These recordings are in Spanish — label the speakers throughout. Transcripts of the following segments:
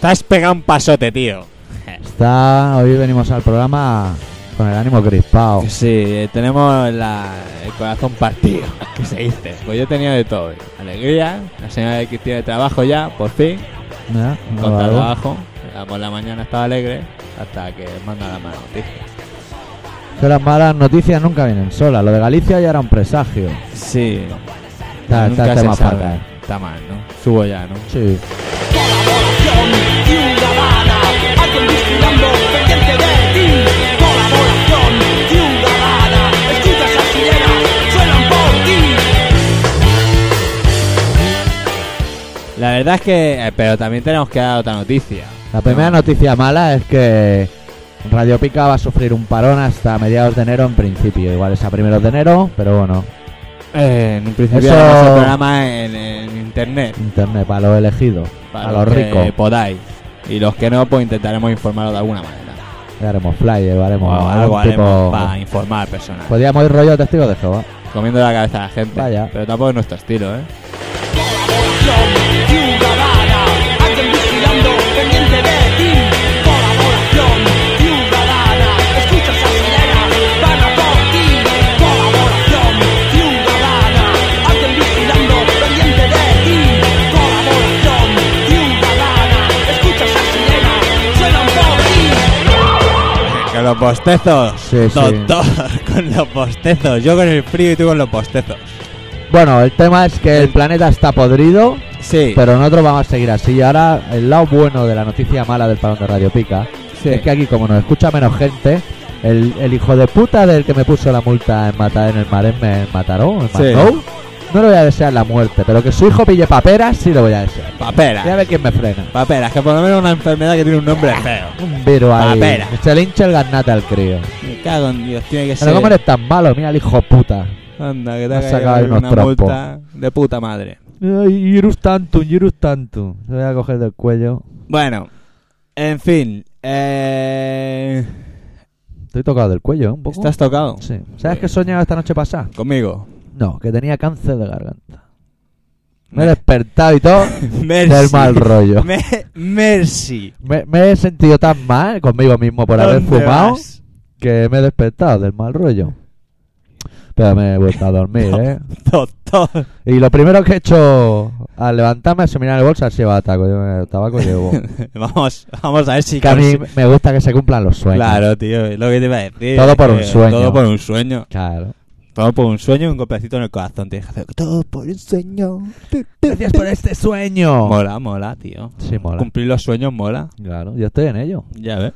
Speaker 1: Te has pegado un pasote, tío.
Speaker 2: Está, hoy venimos al programa con el ánimo crispado.
Speaker 3: Sí, eh, tenemos la- el corazón partido, que se dice. Pues yo he tenido de todo. hoy. Alegría, la señora que tiene trabajo ya, por fin,
Speaker 2: ¿Ya?
Speaker 3: contra
Speaker 2: Ah, Vale.
Speaker 3: trabajo. La- Por la mañana estaba alegre, hasta que manda la mala noticia.
Speaker 2: Que las malas noticias nunca vienen solas. Lo de Galicia ya era un presagio.
Speaker 3: Sí,
Speaker 2: Está,
Speaker 3: nunca
Speaker 2: está el
Speaker 3: se
Speaker 2: tema
Speaker 3: sabe.
Speaker 2: fatal.
Speaker 3: Está mal, ¿no? Subo ya, ¿no?
Speaker 2: Sí.
Speaker 4: Colaboración ciudadana, alguien vigilando, pendiente de ti. Colaboración ciudadana, escucha esas sirenas, suenan por ti.
Speaker 3: La verdad es que. eh, pero también tenemos que dar otra noticia.
Speaker 2: La primera noticia mala es que Radio Pica va a sufrir un parón hasta mediados de enero en principio. Igual es a primeros de enero, pero bueno,
Speaker 3: Eh, en un principio
Speaker 2: Eso-
Speaker 3: haremos el programa en, en internet.
Speaker 2: internet para los elegidos,
Speaker 3: Para
Speaker 2: a los
Speaker 3: que
Speaker 2: ricos.
Speaker 3: podáis. Y los que no, pues intentaremos informaros de alguna manera.
Speaker 2: Ya haremos flyer, haremos
Speaker 3: O algo
Speaker 2: algún tipo-
Speaker 3: haremos para informar personas.
Speaker 2: Podríamos ir rollo testigo de Jehová.
Speaker 3: comiendo la cabeza a la gente.
Speaker 2: Vaya.
Speaker 3: Pero tampoco es nuestro estilo, ¿eh?
Speaker 4: Colaboración ciudadana, alguien vigilando, pendiente de ti. Colaboración ciudadana, escucha esas sirenas, van a por ti. Colaboración ciudadana, alguien vigilando, pendiente de ti. Colaboración ciudadana, escucha esas sirenas, suenan por ti.
Speaker 3: Con los postezos.
Speaker 2: Sí, sí.
Speaker 3: Doctor, con los postezos. Yo con el frío y tú con los postezos.
Speaker 2: Bueno, el tema es que el planeta está podrido,
Speaker 3: Sí.
Speaker 2: pero nosotros vamos a seguir así. Y ahora, el lado bueno de la noticia mala del parón de Radio Pica
Speaker 3: Sí.
Speaker 2: es que aquí, como nos escucha menos gente, el, el hijo de puta del que me puso la multa en, Mata- en el Maresme, en Mataró, en
Speaker 3: Sí.
Speaker 2: Matou, no le voy a desear la muerte, pero que su hijo pille paperas sí le voy a desear.
Speaker 3: Paperas.
Speaker 2: Voy a ver quién me frena.
Speaker 3: Paperas, que por lo menos una enfermedad que tiene un nombre feo.
Speaker 2: Un virus ahí.
Speaker 3: Papera.
Speaker 2: Se le hincha el garnate al crío.
Speaker 3: Me cago en Dios, tiene que
Speaker 2: Pero
Speaker 3: ser.
Speaker 2: cómo eres tan malo, mira el hijo puta.
Speaker 3: Anda, que te
Speaker 2: Me
Speaker 3: ha
Speaker 2: has
Speaker 3: caído
Speaker 2: sacado ahí unos
Speaker 3: una
Speaker 2: trompos.
Speaker 3: multa de puta madre.
Speaker 2: Ay, Irus tantum, Irus tantum. Le voy a coger del cuello.
Speaker 3: Bueno, en fin. Eh...
Speaker 2: Estoy tocado del cuello, ¿eh? un poco.
Speaker 3: ¿Estás tocado?
Speaker 2: Sí. ¿Sabes qué soñaba esta noche pasada?
Speaker 3: Conmigo.
Speaker 2: No, que tenía cáncer de garganta. Me he despertado y todo
Speaker 3: Mercy.
Speaker 2: del mal rollo.
Speaker 3: Me- Mercy.
Speaker 2: Me, me he sentido tan mal conmigo mismo por haber
Speaker 3: ¿Dónde
Speaker 2: fumado
Speaker 3: vas?
Speaker 2: que me he despertado del mal rollo. Pero me he vuelto a dormir, ¿eh?
Speaker 3: Doctor.
Speaker 2: Y lo primero que he hecho al levantarme es mirar el bolso así va taco. Yo, eh, tabaco llevo.
Speaker 3: vamos, vamos a ver si
Speaker 2: Que a mí
Speaker 3: consi-
Speaker 2: me gusta que se cumplan los sueños.
Speaker 3: Claro, tío, es lo que te iba a decir.
Speaker 2: Todo por un
Speaker 3: Eh,
Speaker 2: sueño.
Speaker 3: Todo por un sueño.
Speaker 2: Claro.
Speaker 3: Todo por un sueño y un golpecito en el corazón. Tienes que hacer todo por un sueño. Tu, tu,
Speaker 2: Gracias
Speaker 3: tu.
Speaker 2: por este sueño.
Speaker 3: Mola, mola, tío.
Speaker 2: Sí, mola.
Speaker 3: Cumplir los sueños mola.
Speaker 2: Claro, yo estoy en ello.
Speaker 3: Ya ves.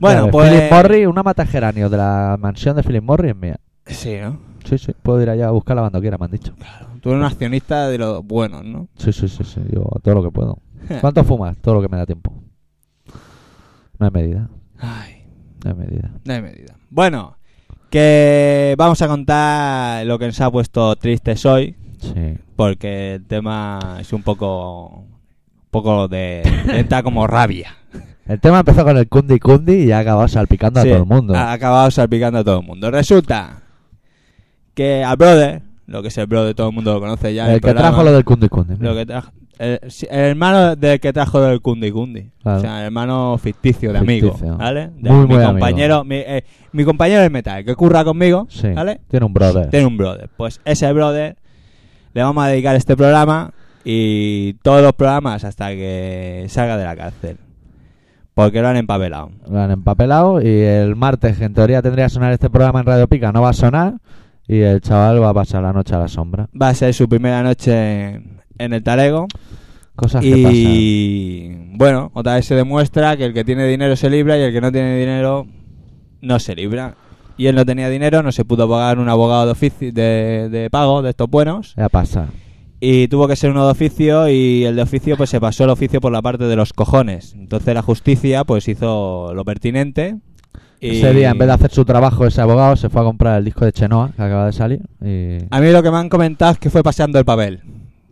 Speaker 3: Bueno,
Speaker 2: Claro,
Speaker 3: pues.
Speaker 2: Philip Morris, una mata geranio de la mansión de Philip Morris es mía.
Speaker 3: Sí, ¿no?
Speaker 2: Sí, sí. Puedo ir allá a buscarla cuando quiera, me han dicho.
Speaker 3: Tú eres un accionista de los buenos, ¿no?
Speaker 2: Sí, sí, sí, sí. Yo todo lo que puedo. ¿Cuánto fumas? Todo lo que me da tiempo. No hay medida.
Speaker 3: Ay,
Speaker 2: No hay medida.
Speaker 3: no hay medida. Bueno, que vamos a contar lo que nos ha puesto tristes hoy.
Speaker 2: Sí.
Speaker 3: Porque el tema es un poco. Un poco de. Está como rabia.
Speaker 2: El tema empezó con el cundi cundi y ha acabado salpicando
Speaker 3: Sí, Ah,
Speaker 2: a todo el mundo.
Speaker 3: Ha acabado salpicando a todo el mundo. Resulta que al brother, lo que es el brother, todo el mundo lo conoce ya. en
Speaker 2: el que
Speaker 3: programa,
Speaker 2: trajo lo del cundi cundi.
Speaker 3: lo que trajo- el, sí, el hermano del que trajo el Kundi Kundi.
Speaker 2: Claro.
Speaker 3: O sea, el hermano ficticio de amigo.
Speaker 2: Ficticio.
Speaker 3: ¿Vale? De-
Speaker 2: Muy
Speaker 3: mi
Speaker 2: buen
Speaker 3: compañero, Mi, eh, mi compañero de metal, que curra conmigo.
Speaker 2: Sí.
Speaker 3: ¿Vale?
Speaker 2: Tiene un brother.
Speaker 3: Tiene un brother. Pues ese brother le vamos a dedicar este programa y todos los programas hasta que salga de la cárcel. Porque lo han empapelado.
Speaker 2: Lo han empapelado y el martes, que en teoría tendría que sonar este programa en Radio Pica, no va a sonar. Y el chaval va a pasar la noche a la sombra.
Speaker 3: Va a ser su primera noche en el talego.
Speaker 2: Cosas que pasan.
Speaker 3: Y bueno, otra vez se demuestra que el que tiene dinero se libra y el que no tiene dinero no se libra. Y él no tenía dinero, no se pudo pagar un abogado de, ofici- de, de pago de estos buenos.
Speaker 2: Ya pasa.
Speaker 3: Y tuvo que ser uno de oficio y el de oficio pues se pasó el oficio por la parte de los cojones. Entonces la justicia pues hizo lo pertinente. Y
Speaker 2: Ese día, en vez de hacer su trabajo, ese abogado se fue a comprar el disco de Chenoa que acaba de salir. Y
Speaker 3: A mí lo que me han comentado es que fue paseando el papel.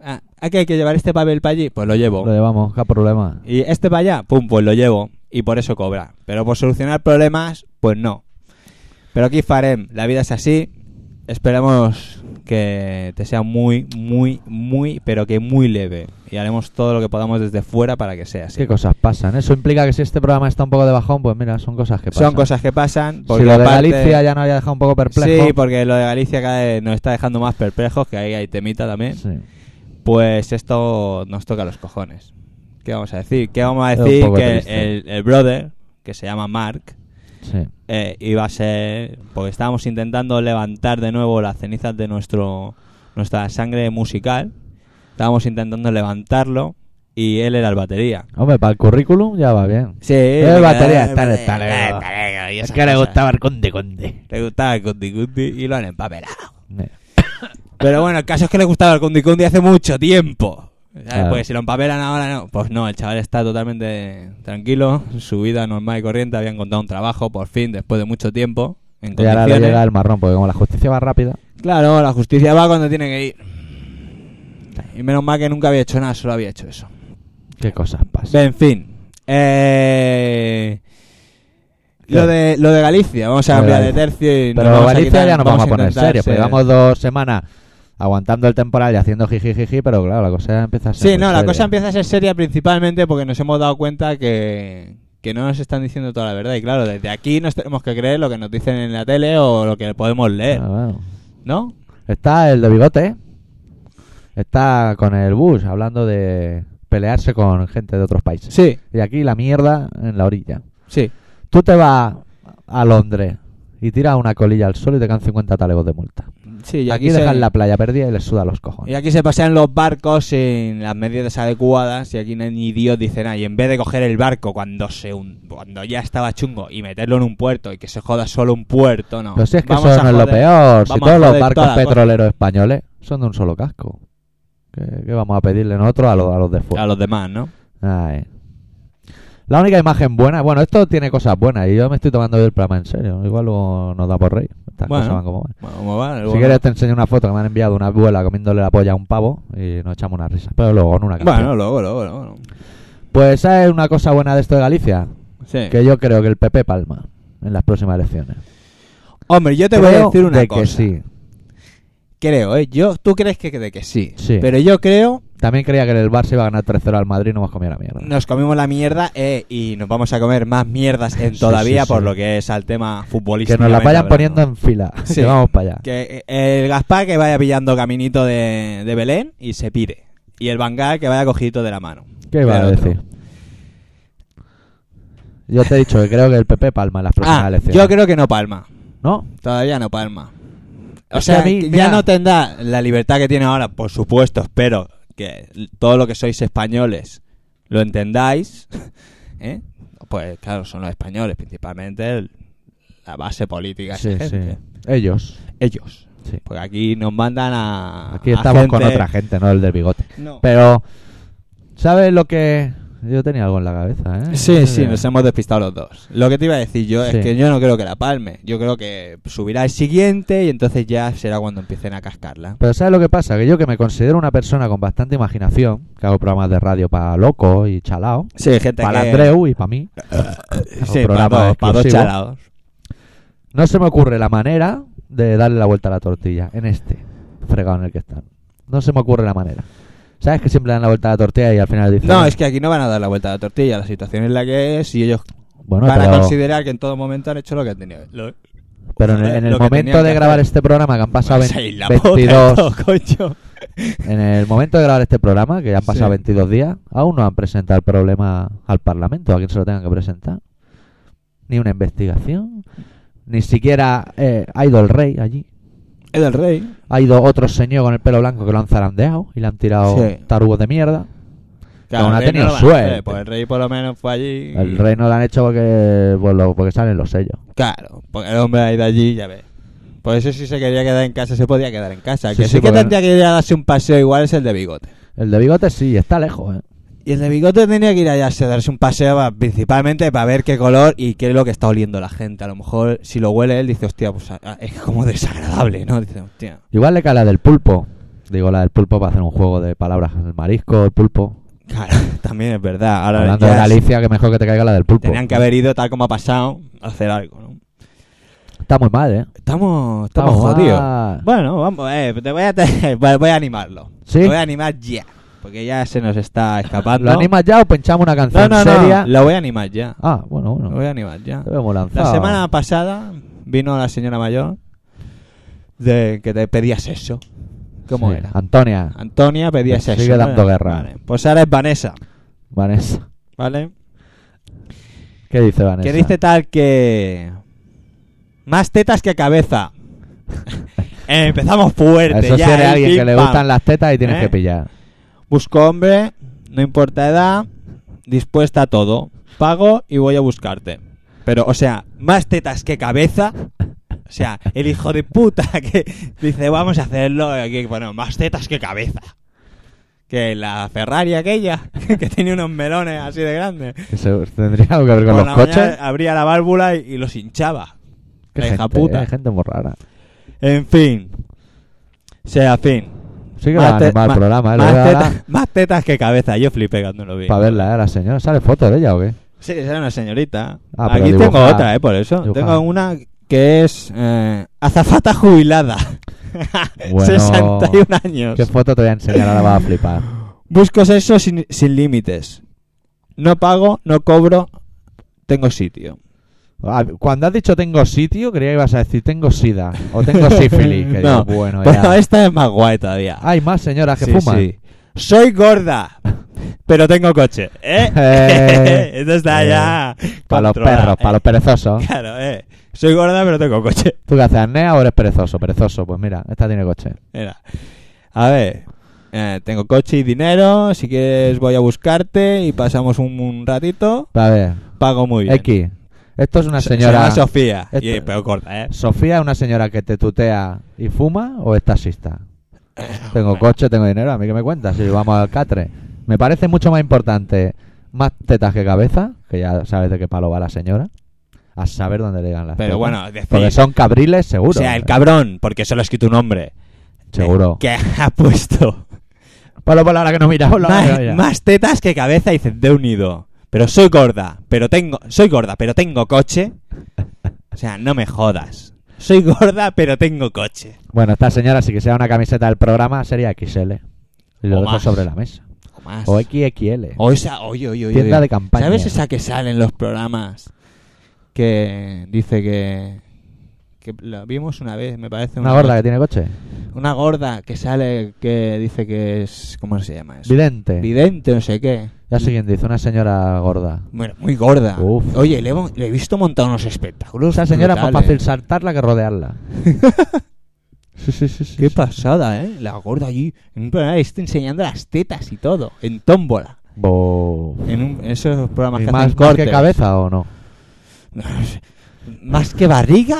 Speaker 3: Ah, ¿a qué hay que llevar este papel para allí? Pues lo llevo.
Speaker 2: lo llevamos, qué problema.
Speaker 3: Y este para allá, pum, pues lo llevo. Y por eso cobra. Pero por solucionar problemas, pues no. Pero aquí Farem, la vida es así. Esperemos que te sea muy, muy, muy, pero que muy leve. Y haremos todo lo que podamos desde fuera para que sea así.
Speaker 2: ¿Qué cosas pasan? Eso implica que si este programa está un poco de bajón, pues mira, son cosas que pasan.
Speaker 3: Son cosas que pasan.
Speaker 2: Si
Speaker 3: porque
Speaker 2: lo de
Speaker 3: aparte-
Speaker 2: Galicia ya nos había dejado un poco perplejo.
Speaker 3: Sí, porque lo de Galicia cada vez nos está dejando más perplejos, que ahí hay temita también.
Speaker 2: Sí.
Speaker 3: Pues esto nos toca los cojones. ¿Qué vamos a decir? ¿Qué vamos a
Speaker 2: Es un
Speaker 3: decir?
Speaker 2: poco
Speaker 3: Que
Speaker 2: triste.
Speaker 3: el, el brother, que se llama Mark,
Speaker 2: sí.
Speaker 3: eh, iba a ser. Porque estábamos intentando levantar de nuevo las cenizas de nuestro nuestra sangre musical. Estábamos intentando levantarlo y él era el batería.
Speaker 2: Hombre, para el currículum ya va bien.
Speaker 3: Sí,
Speaker 2: El batería
Speaker 3: eh,
Speaker 2: está
Speaker 3: eh,
Speaker 2: está negro.
Speaker 3: está negro y
Speaker 2: Es
Speaker 3: esas
Speaker 2: que le
Speaker 3: cosas.
Speaker 2: gustaba el conde conde.
Speaker 3: Le gustaba el Conti Conti y lo han empapelado.
Speaker 2: Mira.
Speaker 3: Pero bueno, el caso es que le gustaba el Conde Conde hace mucho tiempo. ¿sabes?
Speaker 2: Claro.
Speaker 3: Porque si lo empapelan ahora, no. Pues no, el chaval está totalmente tranquilo. Su vida normal y corriente. Había encontrado un trabajo, por fin, después de mucho tiempo. En
Speaker 2: Y ahora le
Speaker 3: condiciones.
Speaker 2: llega el marrón, porque como la justicia va rápida,
Speaker 3: Claro, la justicia va cuando tiene que ir. Y menos mal que nunca había hecho nada, solo había hecho eso.
Speaker 2: ¿qué cosas pasan?
Speaker 3: En fin. Eh, Lo de, lo de Galicia, vamos a
Speaker 2: Lo de
Speaker 3: cambiar de
Speaker 2: Galicia.
Speaker 3: tercio y nos
Speaker 2: Pero
Speaker 3: vamos a
Speaker 2: Galicia
Speaker 3: quitar-
Speaker 2: ya nos vamos a poner
Speaker 3: intentar
Speaker 2: serios,
Speaker 3: ser-
Speaker 2: porque llevamos dos semanas aguantando el temporal y haciendo jiji jiji, pero claro, la cosa empieza a ser.
Speaker 3: Sí,
Speaker 2: muy
Speaker 3: no, la
Speaker 2: seria.
Speaker 3: cosa empieza a ser seria principalmente porque nos hemos dado cuenta que, que no nos están diciendo toda la verdad. Y claro, desde aquí nos tenemos que creer lo que nos dicen en la tele o lo que podemos leer,
Speaker 2: Ah, bueno.
Speaker 3: ¿no?
Speaker 2: Está el de bigote, ¿eh? está con el Bush hablando de pelearse con gente de otros países.
Speaker 3: Sí,
Speaker 2: Y aquí la mierda en la orilla.
Speaker 3: sí.
Speaker 2: Tú te vas a Londres y tiras una colilla al suelo y te caen 50 talegos de multa.
Speaker 3: sí y
Speaker 2: aquí
Speaker 3: se-
Speaker 2: dejan la playa perdida y les suda los cojones.
Speaker 3: Y aquí se pasean los barcos sin las medidas adecuadas y aquí ni Dios dice nada. Y en vez de coger el barco cuando se hun- cuando ya estaba chungo y meterlo en un puerto y que se joda solo un puerto, no.
Speaker 2: Pero si es que
Speaker 3: Vamos
Speaker 2: eso
Speaker 3: a
Speaker 2: no es lo
Speaker 3: joder-
Speaker 2: peor,
Speaker 3: vamos
Speaker 2: si
Speaker 3: a
Speaker 2: todos los
Speaker 3: joder
Speaker 2: barcos
Speaker 3: toda la cosa.
Speaker 2: petroleros españoles son de un solo casco. ¿Qué, qué vamos a pedirle nosotros a los, a los de fuera?
Speaker 3: A los demás, ¿no?
Speaker 2: Ay. La única imagen buena, bueno, esto tiene cosas buenas y yo me estoy tomando el programa en serio. Igual luego nos da por rey. Estas
Speaker 3: Bueno.
Speaker 2: cosas van como van.
Speaker 3: Bueno, ¿cómo va?
Speaker 2: Si quieres te enseño una foto que me han enviado de una abuela comiéndole la polla a un pavo y nos echamos una risa. Pero luego con una canción.
Speaker 3: bueno, luego, luego, luego.
Speaker 2: Pues es una cosa buena de esto de Galicia,
Speaker 3: Sí.
Speaker 2: que yo creo que el PP palma en las próximas elecciones.
Speaker 3: Hombre, yo te voy a
Speaker 2: Creo
Speaker 3: decir una
Speaker 2: de
Speaker 3: cosa.
Speaker 2: que sí.
Speaker 3: Creo, ¿eh? Yo, tú crees que de que sí.
Speaker 2: Sí.
Speaker 3: Pero yo creo
Speaker 2: También creía que el Barça iba a ganar 3-0 al Madrid y no hemos comido la mierda.
Speaker 3: nos comimos la mierda eh, y nos vamos a comer más mierdas en
Speaker 2: Sí,
Speaker 3: todavía
Speaker 2: sí, sí.
Speaker 3: por lo que es al tema futbolístico.
Speaker 2: que nos la vayan poniendo en fila.
Speaker 3: Sí.
Speaker 2: Que vamos para allá.
Speaker 3: Que eh, el Gaspar que vaya pillando caminito de, de Belén y se pide. Y el Bangal que vaya cogidito de la mano.
Speaker 2: ¿Qué iba
Speaker 3: Del
Speaker 2: a
Speaker 3: otro.
Speaker 2: decir? Yo te he dicho que creo que el PP palma en las próximas
Speaker 3: Ah,
Speaker 2: elecciones.
Speaker 3: yo creo que no palma.
Speaker 2: ¿no.
Speaker 3: Todavía no palma. O
Speaker 2: Es
Speaker 3: sea,
Speaker 2: que a mí,
Speaker 3: ya
Speaker 2: mira-
Speaker 3: no tendrá la libertad que tiene ahora, por supuesto, espero que l- todo lo que sois españoles lo entendáis. ¿eh? Pues claro, son los españoles principalmente el- la base política. de
Speaker 2: Sí,
Speaker 3: esa
Speaker 2: sí.
Speaker 3: gente.
Speaker 2: Ellos.
Speaker 3: Ellos.
Speaker 2: Sí.
Speaker 3: Porque aquí nos mandan a...
Speaker 2: Aquí
Speaker 3: Ah, a
Speaker 2: estamos con
Speaker 3: gente-
Speaker 2: otra gente, no el del bigote.
Speaker 3: No.
Speaker 2: Pero, ¿sabes lo que...? Yo tenía algo en la cabeza, ¿eh?
Speaker 3: Sí,
Speaker 2: No sé
Speaker 3: sí,
Speaker 2: de-
Speaker 3: nos hemos despistado los dos. Lo que te iba a decir yo
Speaker 2: Sí.
Speaker 3: es que yo no creo que la palme. Yo creo que subirá el siguiente y entonces ya será cuando empiecen a cascarla.
Speaker 2: Pero ¿sabes lo que pasa? Que yo que me considero una persona con bastante imaginación, que hago programas de radio para loco y chalao,
Speaker 3: Sí, gente
Speaker 2: para
Speaker 3: que...
Speaker 2: Andreu y para mí, hago
Speaker 3: Eh, Sí, para
Speaker 2: programas
Speaker 3: dos, pa' dos
Speaker 2: exclusivos.
Speaker 3: chalados.
Speaker 2: no se me ocurre la manera de darle la vuelta a la tortilla en este fregado en el que están. No se me ocurre la manera. ¿Sabes que siempre le dan la vuelta a la tortilla y al final dicen...
Speaker 3: No, es que aquí no van a dar la vuelta a la tortilla. La situación es la que es y ellos
Speaker 2: Bueno,
Speaker 3: van a
Speaker 2: pero,
Speaker 3: considerar que en todo momento han hecho lo que han tenido. Lo-
Speaker 2: pero en el, en el
Speaker 3: lo que
Speaker 2: momento
Speaker 3: tenían
Speaker 2: de
Speaker 3: que
Speaker 2: grabar
Speaker 3: hacer.
Speaker 2: este programa que han pasado
Speaker 3: Pues
Speaker 2: vein-
Speaker 3: ahí la puta,
Speaker 2: 22...
Speaker 3: todo, coño.
Speaker 2: En el momento de grabar este programa, que ya han pasado
Speaker 3: Sí.
Speaker 2: 22 días, aún no han presentado el problema al Parlamento, a quien se lo tengan que presentar. Ni una investigación. Ni siquiera eh, ha ido el rey allí.
Speaker 3: Es del rey.
Speaker 2: Ha ido otro señor con el pelo blanco que lo han zarandeado y le han tirado
Speaker 3: Sí.
Speaker 2: tarugos de mierda.
Speaker 3: Claro,
Speaker 2: aún
Speaker 3: el
Speaker 2: ha
Speaker 3: rey
Speaker 2: tenido
Speaker 3: lo van a hacer,
Speaker 2: suerte.
Speaker 3: Pues el rey por lo menos fue allí. y-
Speaker 2: El rey no lo han hecho porque, pues, lo- porque salen los sellos.
Speaker 3: Claro, porque el hombre ha ido allí, ya ves. Por eso si se quería quedar en casa, se podía quedar en casa.
Speaker 2: Sí,
Speaker 3: que
Speaker 2: sí,
Speaker 3: sí, que
Speaker 2: porque-
Speaker 3: tendría que ir a darse un paseo igual es el de bigote.
Speaker 2: El de bigote sí, está lejos. ¿eh?
Speaker 3: Y el de bigote tenía que ir allá a darse un paseo pa- principalmente para ver qué color y qué es lo que está oliendo la gente. A lo mejor si lo huele él dice, hostia, pues ah, es como desagradable, ¿no? Dice, hostia.
Speaker 2: Igual le cae la del pulpo. Digo, la del pulpo para hacer un juego de palabras. El marisco, el pulpo.
Speaker 3: Claro, también es verdad. Ahora
Speaker 2: Hablando
Speaker 3: ya
Speaker 2: de pues,
Speaker 3: es-
Speaker 2: Galicia, que mejor que te caiga la del pulpo.
Speaker 3: Tenían que haber ido tal como ha pasado a hacer algo, ¿no?
Speaker 2: Está muy mal, ¿eh?
Speaker 3: Estamos, estamos
Speaker 2: Estamos
Speaker 3: jodidos.
Speaker 2: mal.
Speaker 3: Bueno, vamos, eh, te voy a, te- voy voy a animarlo.
Speaker 2: ¿Sí?
Speaker 3: Te voy a animar ya. Porque ya se nos está escapando.
Speaker 2: ¿Lo animas ya o pinchamos una
Speaker 3: No,
Speaker 2: canción
Speaker 3: no,
Speaker 2: seria?
Speaker 3: no. Lo voy a animar ya.
Speaker 2: Ah, bueno,
Speaker 3: Lo voy
Speaker 2: bueno.
Speaker 3: a animar ya.
Speaker 2: Lo hemos
Speaker 3: La
Speaker 2: lanzado.
Speaker 3: semana pasada vino la señora mayor de que te pedía sexo. ¿Cómo
Speaker 2: Sí,
Speaker 3: era?
Speaker 2: Antonia,
Speaker 3: Antonia pedía
Speaker 2: Me
Speaker 3: sexo.
Speaker 2: sigue dando
Speaker 3: Vale.
Speaker 2: guerra.
Speaker 3: Vale. Pues ahora es Vanessa,
Speaker 2: Vanessa.
Speaker 3: ¿vale?
Speaker 2: ¿Qué dice Vanessa?
Speaker 3: Que dice tal que... Más tetas que cabeza. Eh, empezamos fuerte.
Speaker 2: Eso si
Speaker 3: ya,
Speaker 2: eres
Speaker 3: eh,
Speaker 2: alguien
Speaker 3: pim,
Speaker 2: que le
Speaker 3: pam.
Speaker 2: gustan las tetas y tienes
Speaker 3: ¿Eh?
Speaker 2: que pillar.
Speaker 3: Busco hombre, no importa edad, dispuesta a todo. Pago y voy a buscarte. Pero, o sea, más tetas que cabeza. O sea, el hijo de puta que dice, vamos a hacerlo, hay que poner más tetas que cabeza. Que la Ferrari aquella, que tenía unos melones así de grandes.
Speaker 2: Eso tendría algo que ver con
Speaker 3: Por
Speaker 2: los
Speaker 3: la
Speaker 2: coches.
Speaker 3: mañana abría la válvula y, y los hinchaba.
Speaker 2: Qué
Speaker 3: la hija
Speaker 2: gente,
Speaker 3: puta.
Speaker 2: eh, gente muy rara.
Speaker 3: En fin. O sea, fin.
Speaker 2: Sí que va a
Speaker 3: te-
Speaker 2: animar el
Speaker 3: más-
Speaker 2: programa, ¿eh? Lo
Speaker 3: más,
Speaker 2: voy a dar
Speaker 3: tetas- más tetas que cabeza. Yo flipé cuando lo vi.
Speaker 2: Para verla, ¿eh? La señora. ¿Sale foto de ella o qué?
Speaker 3: Sí, era una señorita.
Speaker 2: Ah, pero
Speaker 3: Aquí tengo
Speaker 2: dibujada.
Speaker 3: otra, ¿eh? Por eso.
Speaker 2: Dibujada.
Speaker 3: Tengo una que es eh, azafata jubilada.
Speaker 2: Bueno.
Speaker 3: 61 años.
Speaker 2: ¿Qué foto te voy a enseñar? Ahora vas a flipar.
Speaker 3: Busco sexo sin, sin límites. No pago, no cobro, tengo sitio.
Speaker 2: Ah, Cuando has dicho tengo sitio, creía que ibas a decir tengo sida o tengo sífilis. Que
Speaker 3: No,
Speaker 2: digo, bueno,
Speaker 3: Pero
Speaker 2: ya.
Speaker 3: esta es más guay todavía.
Speaker 2: Hay más señoras que
Speaker 3: Sí,
Speaker 2: fuman.
Speaker 3: sí. Soy gorda, pero tengo coche. ¿Eh?
Speaker 2: Eh,
Speaker 3: Esto está
Speaker 2: eh,
Speaker 3: ya.
Speaker 2: Para los
Speaker 3: controlado,
Speaker 2: perros,
Speaker 3: eh.
Speaker 2: para los perezosos.
Speaker 3: Claro, ¿eh? Soy gorda, pero tengo coche.
Speaker 2: ¿Tú qué haces, Nea o eres perezoso? Perezoso, pues mira, esta tiene coche.
Speaker 3: Mira, a ver, eh, tengo coche y dinero, si quieres voy a buscarte y pasamos un, un ratito,
Speaker 2: A ver,
Speaker 3: pago muy bien.
Speaker 2: X. Esto es una
Speaker 3: Se- se
Speaker 2: señora.
Speaker 3: llama
Speaker 2: Este-
Speaker 3: Sofía, y-
Speaker 2: Esto-
Speaker 3: pero corta, ¿eh?
Speaker 2: ¿Sofía es una señora que te tutea y fuma o es taxista? Tengo coche, tengo dinero, a mí que me cuentas si vamos al catre. Me parece mucho más importante más tetas que cabeza, que ya sabes de qué palo va la señora, a saber dónde le llegan las
Speaker 3: Pero
Speaker 2: tetas.
Speaker 3: bueno, decir,
Speaker 2: Porque son cabriles, seguro. ¿eh?
Speaker 3: o sea, el cabrón, porque solo he escrito un nombre.
Speaker 2: Seguro.
Speaker 3: Que ha puesto
Speaker 2: Palo por la hora que no mira, por la hora que no
Speaker 3: más,
Speaker 2: mira.
Speaker 3: más tetas que cabeza y de unido. Pero soy gorda, pero tengo, soy gorda, pero tengo coche. O sea, no me jodas. Soy gorda, pero tengo coche.
Speaker 2: Bueno, esta señora, si quisiera una camiseta del programa, sería XL. Y lo
Speaker 3: O
Speaker 2: dejo
Speaker 3: más.
Speaker 2: sobre la mesa.
Speaker 3: O más.
Speaker 2: O XXL.
Speaker 3: O esa, oye, oye, oye.
Speaker 2: Tienda
Speaker 3: oye.
Speaker 2: de campaña.
Speaker 3: ¿Sabes esa que sale en los programas? Que dice que. que la vimos una vez, me parece.
Speaker 2: Una gorda que tiene coche.
Speaker 3: Una gorda que sale que dice que es. ¿Cómo se llama eso?
Speaker 2: Vidente.
Speaker 3: Vidente, no sé qué.
Speaker 2: Ya sé quién dice, una señora gorda.
Speaker 3: Bueno, muy gorda.
Speaker 2: Uf.
Speaker 3: Oye, le, hemos- le he visto montar unos espectáculos.
Speaker 2: Esa señora es más fácil
Speaker 3: brutales.
Speaker 2: saltarla que rodearla. Sí, sí, sí. sí,
Speaker 3: Qué
Speaker 2: sí.
Speaker 3: pasada, ¿eh? La gorda allí. En un programa está enseñando las tetas y todo. En tómbola.
Speaker 2: Bo-
Speaker 3: En, un- en esos programas
Speaker 2: ¿Y
Speaker 3: que hacen
Speaker 2: más, más que
Speaker 3: cortes.
Speaker 2: cabeza o no?
Speaker 3: No, no sé. Más que barriga,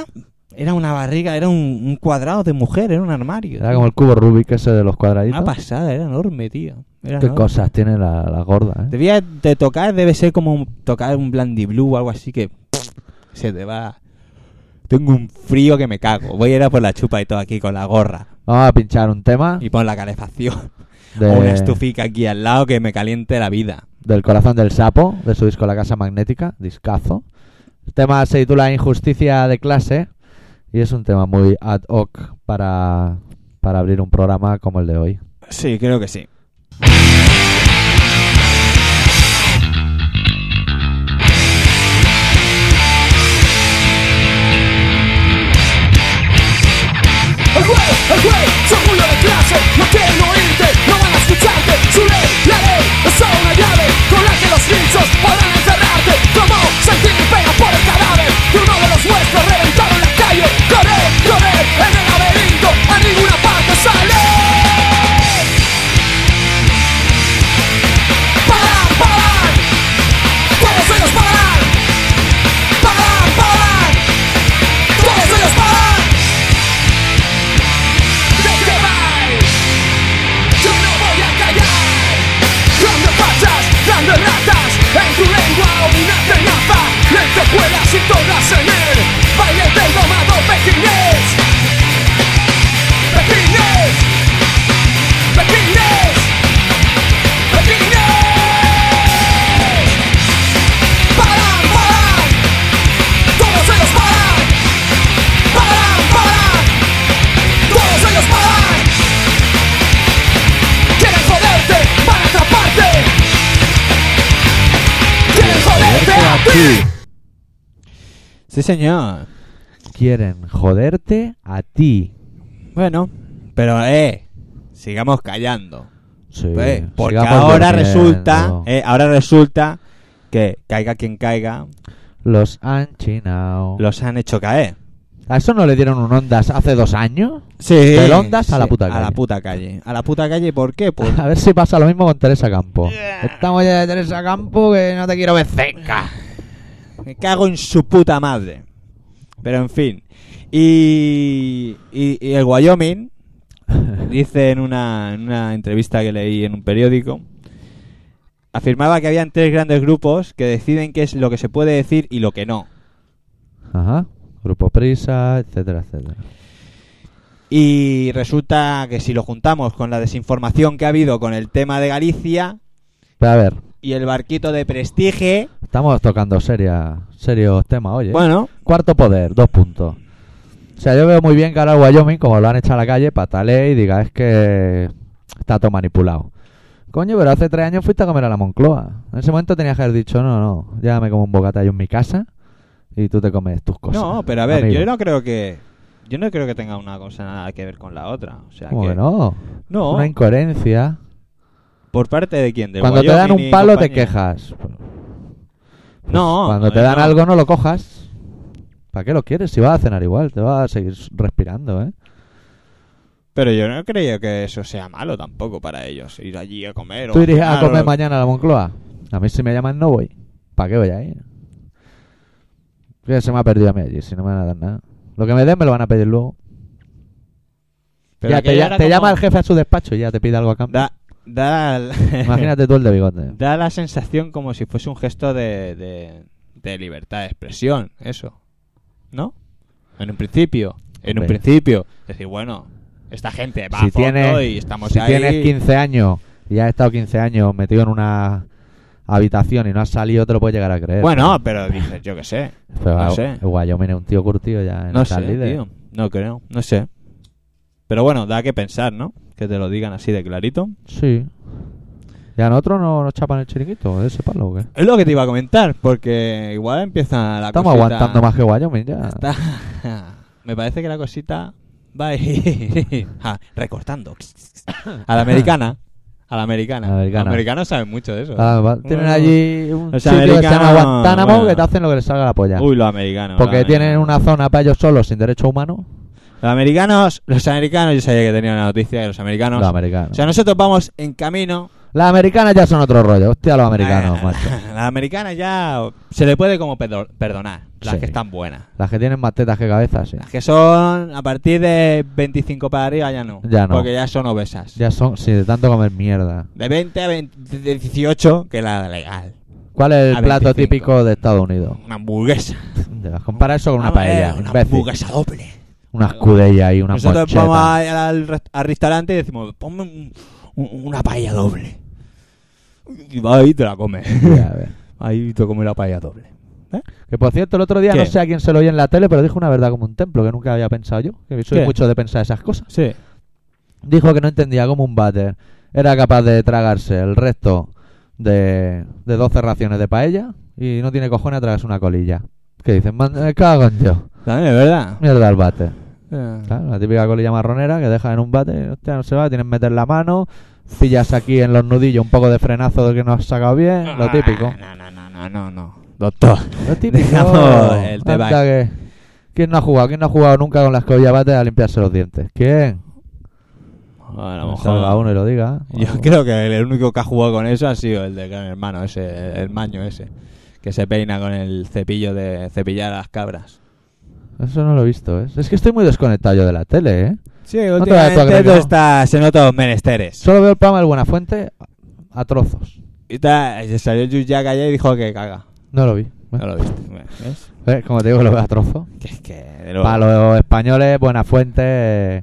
Speaker 3: era una barriga, era un, un cuadrado de mujer, era un armario.
Speaker 2: Era
Speaker 3: tío.
Speaker 2: como el cubo Rubik ese de los cuadraditos.
Speaker 3: Una pasada, era enorme, tío. Era
Speaker 2: Qué
Speaker 3: enorme.
Speaker 2: cosas tiene la, la gorda, ¿eh?
Speaker 3: Debía de tocar, debe ser como un- tocar un Blandy Blue o algo así que se te va. Tengo un frío que me cago. Voy a ir a por la chupa y todo aquí con la gorra.
Speaker 2: Vamos a pinchar un tema
Speaker 3: Y pon la calefacción.
Speaker 2: Ah. de-
Speaker 3: O una estufica aquí al lado que me caliente la vida.
Speaker 2: del corazón del sapo, de su disco La Casa Magnética, discazo. El tema se titula Injusticia de clase y es un tema muy ad hoc para, para abrir un programa como el de hoy.
Speaker 3: Sí, creo que sí.
Speaker 5: El juez, el juez, son uno de clase No quieren oírte, no van a escucharte Su ley, la ley, es solo una llave Con la que los linchos podrán encerrarte Como sentir pena por el cadáver De uno de los nuestros reventado en la calle Correr, correr, en el laberinto A ninguna parte sale Parar, parar Todos ellos parar Parar, parar Todos ellos parar ¿De qué vais?
Speaker 3: Sí, señor.
Speaker 2: Quieren joderte a ti.
Speaker 3: Bueno, pero eh, sigamos callando.
Speaker 2: Sí,
Speaker 3: Pues, porque
Speaker 2: sigamos
Speaker 3: ahora
Speaker 2: durmiendo.
Speaker 3: resulta, eh, ahora resulta que caiga quien caiga,
Speaker 2: Los han chinao.
Speaker 3: los han hecho caer.
Speaker 2: ¿A eso no le dieron un Ondas hace dos años?
Speaker 3: Sí.
Speaker 2: Del Ondas a la puta
Speaker 3: A la
Speaker 2: calle.
Speaker 3: puta calle. A la puta calle, ¿por qué? Pues
Speaker 2: A ver si pasa lo mismo con Teresa Campo. Estamos ya de Teresa Campo que no te quiero ver cerca.
Speaker 3: Me cago en su puta madre. Pero en fin. Y, y, y el Wyoming dice en una, en una entrevista que leí en un periódico, afirmaba que habían tres grandes grupos que deciden qué es lo que se puede decir y lo que no.
Speaker 2: Ajá. Grupo Prisa, etcétera, etcétera.
Speaker 3: Y resulta que si lo juntamos con la desinformación que ha habido con el tema de Galicia
Speaker 2: Pero a ver,
Speaker 3: y el barquito de prestige,
Speaker 2: estamos tocando seria, serios temas, oye.
Speaker 3: bueno,
Speaker 2: Cuarto poder, dos puntos. O sea, yo veo muy bien que ahora el Wyoming, como lo han echado a la calle, patale y diga, es que está todo manipulado. Coño, pero hace tres años fuiste a comer a la Moncloa. En ese momento tenías que haber dicho, no, no, ya me como un bocata yo en mi casa y tú te comes tus cosas.
Speaker 3: no, pero a ver,
Speaker 2: amigo.
Speaker 3: yo no creo que yo no creo que tenga una cosa nada que ver con la otra, o sea,
Speaker 2: ¿Cómo
Speaker 3: que-
Speaker 2: que no?
Speaker 3: No.
Speaker 2: Una incoherencia.
Speaker 3: ¿Por parte de quién? ¿Del
Speaker 2: Cuando te dan
Speaker 3: Wyoming
Speaker 2: un
Speaker 3: y
Speaker 2: palo te
Speaker 3: compañía?
Speaker 2: quejas. Pues,
Speaker 3: No.
Speaker 2: Cuando
Speaker 3: no,
Speaker 2: te dan
Speaker 3: no.
Speaker 2: algo no lo cojas. ¿Para qué lo quieres? Si vas a cenar igual, te vas a seguir respirando, ¿eh?
Speaker 3: Pero yo no creo que eso sea malo tampoco para ellos. Ir allí a comer. o
Speaker 2: ¿Tú irías a
Speaker 3: cenar o
Speaker 2: comer
Speaker 3: lo-
Speaker 2: mañana a la Moncloa? A mí si me llaman no voy. ¿Para qué voy a ir? Que se me ha perdido a mí allí, si no me van a dar nada. Lo que me den me lo van a pedir luego.
Speaker 3: Pero
Speaker 2: Ya, te,
Speaker 3: aquello
Speaker 2: ya-
Speaker 3: era
Speaker 2: te
Speaker 3: como-
Speaker 2: llama el jefe a su despacho y ya te pide algo a cambio.
Speaker 3: Da, da,
Speaker 2: Imagínate tú el de bigote.
Speaker 3: da la sensación como si fuese un gesto de, de, de libertad de expresión. Eso. ¿No? En un principio. En un
Speaker 2: Hombre.
Speaker 3: principio. Es decir, bueno, esta gente va
Speaker 2: si
Speaker 3: a fondo
Speaker 2: tienes,
Speaker 3: y estamos
Speaker 2: si
Speaker 3: ahí.
Speaker 2: tienes 15 años y has estado 15 años metido en una habitación y no has salido, te lo puedes llegar a creer.
Speaker 3: Bueno, pero dices, yo qué sé.
Speaker 2: Pero
Speaker 3: no
Speaker 2: a-
Speaker 3: sé.
Speaker 2: Wyoming es un tío curtido ya en
Speaker 3: No
Speaker 2: estas
Speaker 3: sé,
Speaker 2: lides.
Speaker 3: tío. No creo, no sé. Pero bueno, da que pensar, ¿no? Que te lo digan así de clarito.
Speaker 2: Sí. ¿Y a nosotros no nos chapan el chiringuito de ese palo o qué?
Speaker 3: Es lo que te iba a comentar, porque igual empieza la
Speaker 2: Estamos
Speaker 3: cosita-
Speaker 2: aguantando más que Wyoming ya.
Speaker 3: Está- Me parece que la cosita va a ir ah, recortando. A la americana. A la americana.
Speaker 2: A la americana.
Speaker 3: Los americanos saben mucho de eso.
Speaker 2: Ah, va- tienen
Speaker 3: Bueno.
Speaker 2: allí un
Speaker 3: Los
Speaker 2: sitio que se llama
Speaker 3: americanos,
Speaker 2: Guantánamo
Speaker 3: bueno.
Speaker 2: que te hacen lo que les salga la polla.
Speaker 3: Uy, los americanos.
Speaker 2: Porque
Speaker 3: los
Speaker 2: tienen
Speaker 3: americanos.
Speaker 2: una zona para ellos solos sin derecho humano.
Speaker 3: Los americanos, los americanos, yo sabía que tenía una noticia de los americanos.
Speaker 2: Los americanos.
Speaker 3: o sea, nosotros vamos en camino.
Speaker 2: Las americanas ya son otro rollo. Hostia, los americanos,
Speaker 3: Ah,
Speaker 2: macho.
Speaker 3: Las americanas ya se le puede como pedo- perdonar. Las
Speaker 2: Sí.
Speaker 3: que están buenas.
Speaker 2: Las que tienen más tetas que cabezas, sí.
Speaker 3: Las que son a partir de 25 para arriba ya no.
Speaker 2: Ya no.
Speaker 3: Porque ya son obesas.
Speaker 2: Ya son, sí, de tanto comer mierda.
Speaker 3: De 20 a 20 de 18, que la legal.
Speaker 2: ¿Cuál es el
Speaker 3: A
Speaker 2: plato
Speaker 3: 25.
Speaker 2: típico de Estados Unidos?
Speaker 3: Una hamburguesa.
Speaker 2: Te vas a comparar eso con una
Speaker 3: Vamos,
Speaker 2: paella,
Speaker 3: eh, Una
Speaker 2: imbécil.
Speaker 3: hamburguesa doble.
Speaker 2: Una escudella y una
Speaker 3: Nosotros
Speaker 2: porcheta.
Speaker 3: vamos a- al, rest- al restaurante y decimos, ponme un- un- una paella doble. Y va ahí y te la come.
Speaker 2: Ya, a ver.
Speaker 3: ahí te come la paella doble.
Speaker 2: Que por cierto, el otro día
Speaker 3: ¿Qué?
Speaker 2: no sé a quién se lo oí en la tele, pero dijo una verdad como un templo que nunca había pensado yo. Que soy
Speaker 3: ¿Qué?
Speaker 2: mucho de pensar esas cosas.
Speaker 3: Sí.
Speaker 2: Dijo que no entendía cómo un váter era capaz de tragarse el resto de, de 12 raciones de paella y no tiene cojones a tragarse una colilla. Que dicen, "Man- me cago en yo.
Speaker 3: También es verdad.
Speaker 2: Mierda el váter.
Speaker 3: Eh,
Speaker 2: Claro, la típica colilla marronera que dejas en un váter, y, hostia, no se va, tienes que meter la mano, pillas aquí en los nudillos un poco de frenazo de que no has sacado bien, lo típico.
Speaker 3: Ah, No, no, no, no, no, no. Doctor.
Speaker 2: Lo típico.
Speaker 3: Dejamos el
Speaker 2: Anda
Speaker 3: tema.
Speaker 2: que- ¿Quién no ha jugado? ¿Quién no ha jugado nunca con la escobilla de váter a limpiarse los dientes? ¿Quién?
Speaker 3: A lo
Speaker 2: No
Speaker 3: mejor-
Speaker 2: salga uno y lo diga. ¿eh?
Speaker 3: Yo
Speaker 2: Bueno,
Speaker 3: creo que el, el único que ha jugado con eso ha sido el de Gran Hermano, ese, el maño ese, que se peina con el cepillo de cepillar a las cabras.
Speaker 2: Eso no lo he visto, ¿eh? Es que estoy muy desconectado yo de la tele, ¿eh?
Speaker 3: Sí,
Speaker 2: te vayas tú a
Speaker 3: últimamente
Speaker 2: creer que
Speaker 3: tú
Speaker 2: no.
Speaker 3: estás en otros menesteres.
Speaker 2: Solo veo el programa del Buenafuente a trozos.
Speaker 3: Y está- y salió el Jack ayer y dijo que caga.
Speaker 2: No lo vi.
Speaker 3: No lo viste. Bueno, ¿ves?
Speaker 2: Eh, Como te digo, lo veo a trozos.
Speaker 3: Que es que, de luego-
Speaker 2: Para los españoles, Buenafuente eh,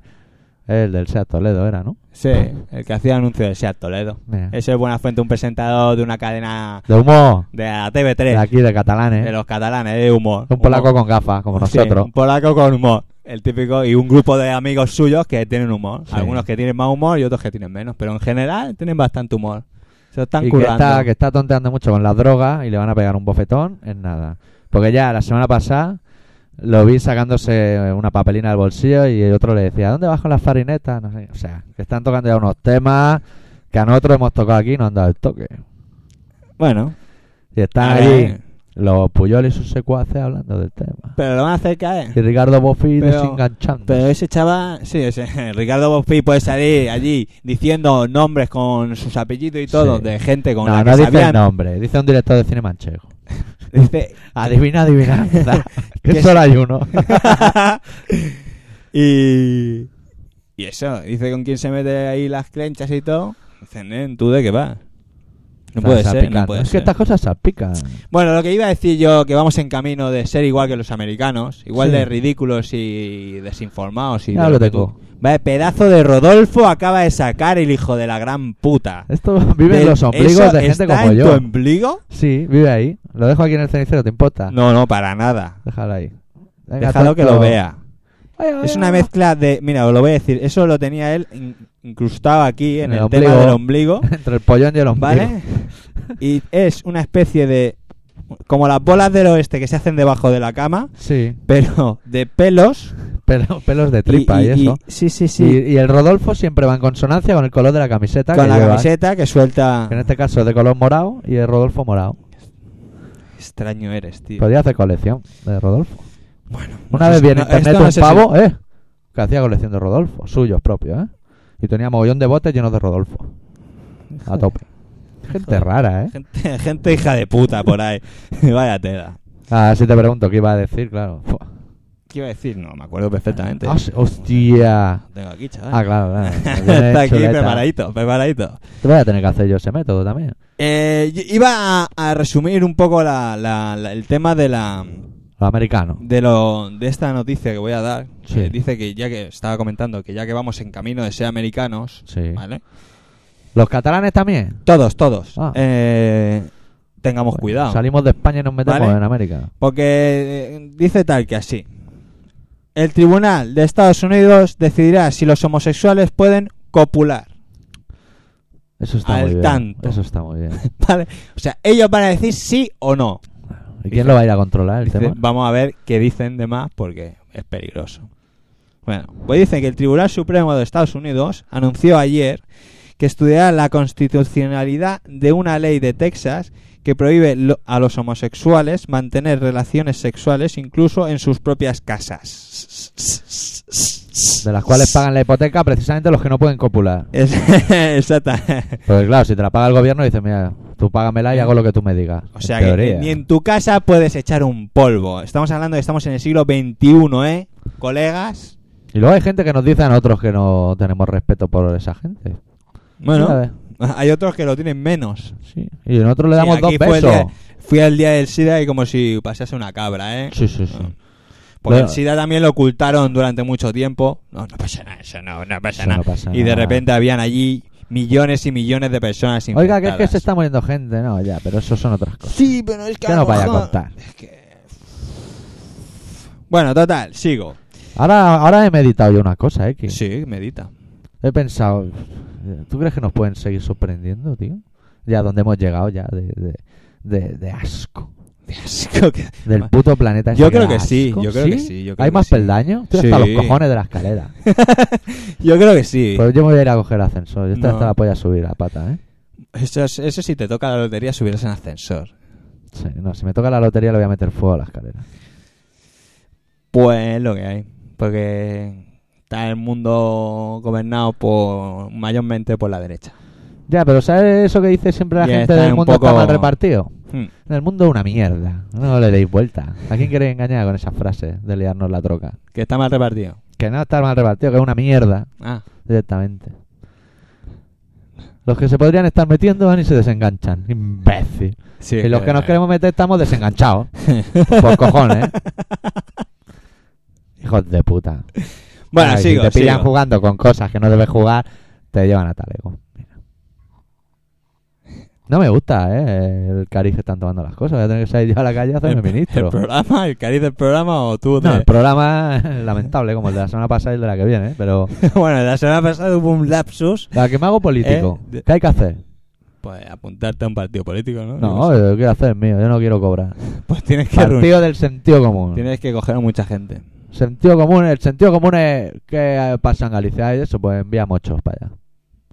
Speaker 2: el del Seat Toledo era, ¿no?
Speaker 3: Sí, el que hacía anuncio del Seat Toledo.
Speaker 2: Mira.
Speaker 3: Ese es Buenafuente, un presentador de una cadena
Speaker 2: De humor,
Speaker 3: de la
Speaker 2: de
Speaker 3: TV3,
Speaker 2: aquí, de catalanes.
Speaker 3: de los catalanes, de humor.
Speaker 2: ¿eh? Un polaco
Speaker 3: Humor.
Speaker 2: con gafas, como
Speaker 3: Sí,
Speaker 2: nosotros.
Speaker 3: un polaco con humor. El típico, y un grupo de amigos suyos que tienen humor.
Speaker 2: Sí.
Speaker 3: Algunos que tienen más humor y otros que tienen menos. Pero en general tienen bastante humor. Se lo están
Speaker 2: y que
Speaker 3: currando.
Speaker 2: está, que está tonteando mucho con las drogas y le van a pegar un bofetón en nada. Porque ya la semana pasada lo vi sacándose una papelina del bolsillo y el otro le decía, ¿dónde vas con las farinetas? No sé. O sea, que están tocando ya unos temas que a nosotros hemos tocado aquí y nos han dado el toque.
Speaker 3: Bueno,
Speaker 2: Y están
Speaker 3: A
Speaker 2: allí
Speaker 3: ver.
Speaker 2: los Puyol y sus secuaces hablando del tema.
Speaker 3: pero lo van a hacer caer.
Speaker 2: Y Ricardo Bofi
Speaker 3: Pero-
Speaker 2: desenganchando.
Speaker 3: Pero ese chaval, sí, ese, Ricardo Boffi puede salir allí diciendo nombres con sus apellidos y todo
Speaker 2: Sí.
Speaker 3: de gente con
Speaker 2: no,
Speaker 3: la
Speaker 2: no
Speaker 3: que
Speaker 2: dice
Speaker 3: sabían.
Speaker 2: el nombre, dice un director de cine manchego.
Speaker 3: Dice-
Speaker 2: Adivina, adivina.
Speaker 3: Que
Speaker 2: que
Speaker 3: es-
Speaker 2: solo hay uno.
Speaker 3: y, y eso, dice con quién se mete ahí las clenchas y todo. Dicen, "Nen, ¿tú de qué vas? No
Speaker 2: Está
Speaker 3: puede ser, no
Speaker 2: salpicando.
Speaker 3: puede
Speaker 2: es que
Speaker 3: ser.
Speaker 2: estas cosas salpican.
Speaker 3: Bueno, lo que iba a decir yo, que vamos en camino de ser igual que los americanos, igual
Speaker 2: Sí.
Speaker 3: de ridículos y desinformados. Y
Speaker 2: Ya
Speaker 3: de
Speaker 2: lo
Speaker 3: que
Speaker 2: tengo.
Speaker 3: tú- Vaya pedazo de Rodolfo acaba de sacar el hijo de la gran puta.
Speaker 2: Esto vive en
Speaker 3: Del-
Speaker 2: los ombligos
Speaker 3: ¿eso
Speaker 2: de gente
Speaker 3: está
Speaker 2: como
Speaker 3: en
Speaker 2: yo.
Speaker 3: tu ombligo?
Speaker 2: Sí, vive ahí. Lo dejo aquí en el cenicero, ¿te importa?
Speaker 3: No, no, para nada.
Speaker 2: Déjalo ahí. Venga,
Speaker 3: Déjalo que
Speaker 2: tonto.
Speaker 3: lo vea.
Speaker 2: Ay, ay,
Speaker 3: Es
Speaker 2: ay.
Speaker 3: una mezcla de. Mira, os lo voy a decir. Eso lo tenía él in- incrustado aquí en
Speaker 2: En
Speaker 3: el,
Speaker 2: el
Speaker 3: tema
Speaker 2: ombligo.
Speaker 3: del ombligo.
Speaker 2: Entre el pollón y el ombligo.
Speaker 3: ¿Vale? Y es una especie de. Como las bolas del oeste que se hacen debajo de la cama,
Speaker 2: Sí,
Speaker 3: pero de pelos.
Speaker 2: pero, pelos de tripa y, ¿eh? eso.
Speaker 3: sí, sí,
Speaker 2: Y,
Speaker 3: sí.
Speaker 2: y el Rodolfo siempre va en consonancia con el color de la camiseta.
Speaker 3: con
Speaker 2: que
Speaker 3: la
Speaker 2: lleva.
Speaker 3: camiseta que suelta.
Speaker 2: Que en este caso es de color morado y el Rodolfo morado.
Speaker 3: Extraño eres, tío.
Speaker 2: Podría hacer colección de Rodolfo.
Speaker 3: Bueno,
Speaker 2: Una
Speaker 3: no
Speaker 2: vez
Speaker 3: sé-
Speaker 2: vi en
Speaker 3: no,
Speaker 2: internet
Speaker 3: esto no
Speaker 2: un
Speaker 3: sé si-
Speaker 2: pavo, ¿eh? Que hacía colección de Rodolfo, suyos propios, ¿eh? Y tenía mogollón de botes llenos de Rodolfo. A tope. Gente rara, ¿eh?
Speaker 3: Gente, gente hija de puta por ahí. Vaya tela.
Speaker 2: Ah, si te pregunto qué iba a decir, claro. Fua.
Speaker 3: ¿Qué iba a decir? No, me acuerdo perfectamente.
Speaker 2: Ah, sí, hostia.
Speaker 3: Lo Tengo aquí, chaval.
Speaker 2: Ah, claro, claro.
Speaker 3: Está aquí
Speaker 2: Chuleta.
Speaker 3: preparadito, preparadito.
Speaker 2: Te voy a tener que hacer yo ese método también.
Speaker 3: Eh, y- iba a, a resumir un poco la- la- la- el tema de la
Speaker 2: Los americanos.
Speaker 3: de lo de esta noticia que voy a dar.
Speaker 2: Sí.
Speaker 3: Eh, dice que ya que estaba comentando que ya que vamos en camino de ser americanos,
Speaker 2: Sí.
Speaker 3: ¿vale?
Speaker 2: Los catalanes también.
Speaker 3: Todos, todos.
Speaker 2: Ah.
Speaker 3: eh, tengamos
Speaker 2: Bueno,
Speaker 3: cuidado.
Speaker 2: Salimos de España y nos metemos
Speaker 3: Vale.
Speaker 2: en América.
Speaker 3: Porque eh, dice tal que así. El tribunal de Estados Unidos decidirá si los homosexuales pueden copular,
Speaker 2: Eso está
Speaker 3: Al
Speaker 2: muy bien.
Speaker 3: tanto.
Speaker 2: Eso está muy bien.
Speaker 3: ¿vale? O sea, ellos van a decir sí o no.
Speaker 2: ¿Y quién lo va a ir a controlar el
Speaker 3: Dice,
Speaker 2: tema?
Speaker 3: vamos a ver qué dicen de más porque es peligroso. Bueno, pues dice que el Tribunal Supremo de Estados Unidos anunció ayer que estudiará la constitucionalidad de una ley de Texas que prohíbe lo- a los homosexuales mantener relaciones sexuales incluso en sus propias casas.
Speaker 2: De las cuales pagan la hipoteca precisamente los que no pueden copular.
Speaker 3: Es- Exacta.
Speaker 2: Porque Pues claro, si te la paga el gobierno, dices, mira, tú págamela y hago lo que tú me digas.
Speaker 3: O
Speaker 2: En
Speaker 3: sea que
Speaker 2: teoría.
Speaker 3: ni en tu casa puedes echar un polvo. Estamos hablando de que estamos en el siglo XXI, ¿eh? Colegas.
Speaker 2: Y luego hay gente que nos dice a nosotros que no tenemos respeto por esa gente. Mira, a ver,
Speaker 3: Hay otros que lo tienen menos.
Speaker 2: sí. Y nosotros le damos
Speaker 3: Sí,
Speaker 2: dos
Speaker 3: aquí fue el
Speaker 2: besos.
Speaker 3: día- fui al día del SIDA y como si pasase una cabra, ¿eh?
Speaker 2: Sí, sí, sí.
Speaker 3: Ah. Porque
Speaker 2: Bueno.
Speaker 3: el SIDA también lo ocultaron durante mucho tiempo. No, no pasa nada, eso no, no pasa
Speaker 2: Eso
Speaker 3: nada.
Speaker 2: no pasa
Speaker 3: y de
Speaker 2: nada.
Speaker 3: repente habían allí millones y millones de personas
Speaker 2: Oiga, que es que
Speaker 3: infectadas.
Speaker 2: se está muriendo gente. No, ya, pero eso son otras cosas.
Speaker 3: Sí, pero es que...
Speaker 2: Que
Speaker 3: a
Speaker 2: no
Speaker 3: lo
Speaker 2: vaya a
Speaker 3: mejor-
Speaker 2: contar.
Speaker 3: Es que- Bueno, total, sigo.
Speaker 2: Ahora, ahora he meditado yo una cosa, ¿eh? que
Speaker 3: Sí, medita.
Speaker 2: He pensado, ¿tú crees que nos pueden seguir sorprendiendo, tío? Ya donde hemos llegado ya de, de, de- de asco.
Speaker 3: De asco que-
Speaker 2: Del puto planeta. ese
Speaker 3: Yo creo
Speaker 2: da
Speaker 3: que sí,
Speaker 2: asco.
Speaker 3: yo creo que sí, yo creo
Speaker 2: ¿Hay
Speaker 3: que
Speaker 2: más
Speaker 3: sí.
Speaker 2: peldaños? Estoy hasta
Speaker 3: Sí.
Speaker 2: los cojones de la escalera.
Speaker 3: Yo creo que sí.
Speaker 2: Pero Pues yo me voy a ir a coger ascensor. Yo estoy
Speaker 3: No.
Speaker 2: hasta la polla a subir la pata, ¿eh?
Speaker 3: Eso, es- eso si te toca la lotería subirás en ascensor.
Speaker 2: Sí, no, si me toca la lotería le voy a meter fuego a la escalera.
Speaker 3: Pues es lo que hay. Porque está el mundo gobernado por mayormente por la derecha.
Speaker 2: Ya, pero ¿sabes eso que dice siempre la
Speaker 3: Ya
Speaker 2: gente
Speaker 3: está
Speaker 2: del
Speaker 3: un
Speaker 2: mundo
Speaker 3: poco-
Speaker 2: está mal repartido?
Speaker 3: Hmm.
Speaker 2: En el mundo una mierda. No le deis vuelta. ¿A quién queréis engañar con esas frases de liarnos la troca?
Speaker 3: Que está mal repartido.
Speaker 2: Que no está mal repartido, que es una mierda
Speaker 3: Ah,
Speaker 2: directamente. Los que se podrían estar metiendo van y se desenganchan. Imbécil.
Speaker 3: sí. eh,
Speaker 2: y los que nos queremos meter estamos desenganchados.
Speaker 3: queremos.
Speaker 2: Por cojones. ¿eh? Hijos de puta.
Speaker 3: Bueno,
Speaker 2: Ay,
Speaker 3: sigo.
Speaker 2: Si te pillan
Speaker 3: sigo.
Speaker 2: jugando con cosas que no debes jugar, te llevan a talego. Mira. No me gusta, ¿eh? El cariz que están tomando las cosas. Voy a tener que salir yo a la calle a hacerme
Speaker 3: El,
Speaker 2: ministro.
Speaker 3: el programa, el cariz del programa o tú.
Speaker 2: No,
Speaker 3: de-
Speaker 2: el programa es lamentable, como el de la semana pasada y el de la que viene, ¿eh? Pero
Speaker 3: bueno, la semana pasada hubo un lapsus.
Speaker 2: la que me hago político,
Speaker 3: Eh, de-
Speaker 2: ¿qué hay que hacer?
Speaker 3: Pues apuntarte a un partido político, ¿no? Yo
Speaker 2: No,
Speaker 3: qué sé.
Speaker 2: yo quiero hacer el mío, yo no quiero cobrar.
Speaker 3: Pues tienes que, reunir-
Speaker 2: Partido del sentido común.
Speaker 3: tienes que coger a mucha gente.
Speaker 2: Sentido común, el sentido común es que pasa en Galicia y eso, pues envía mochos para allá.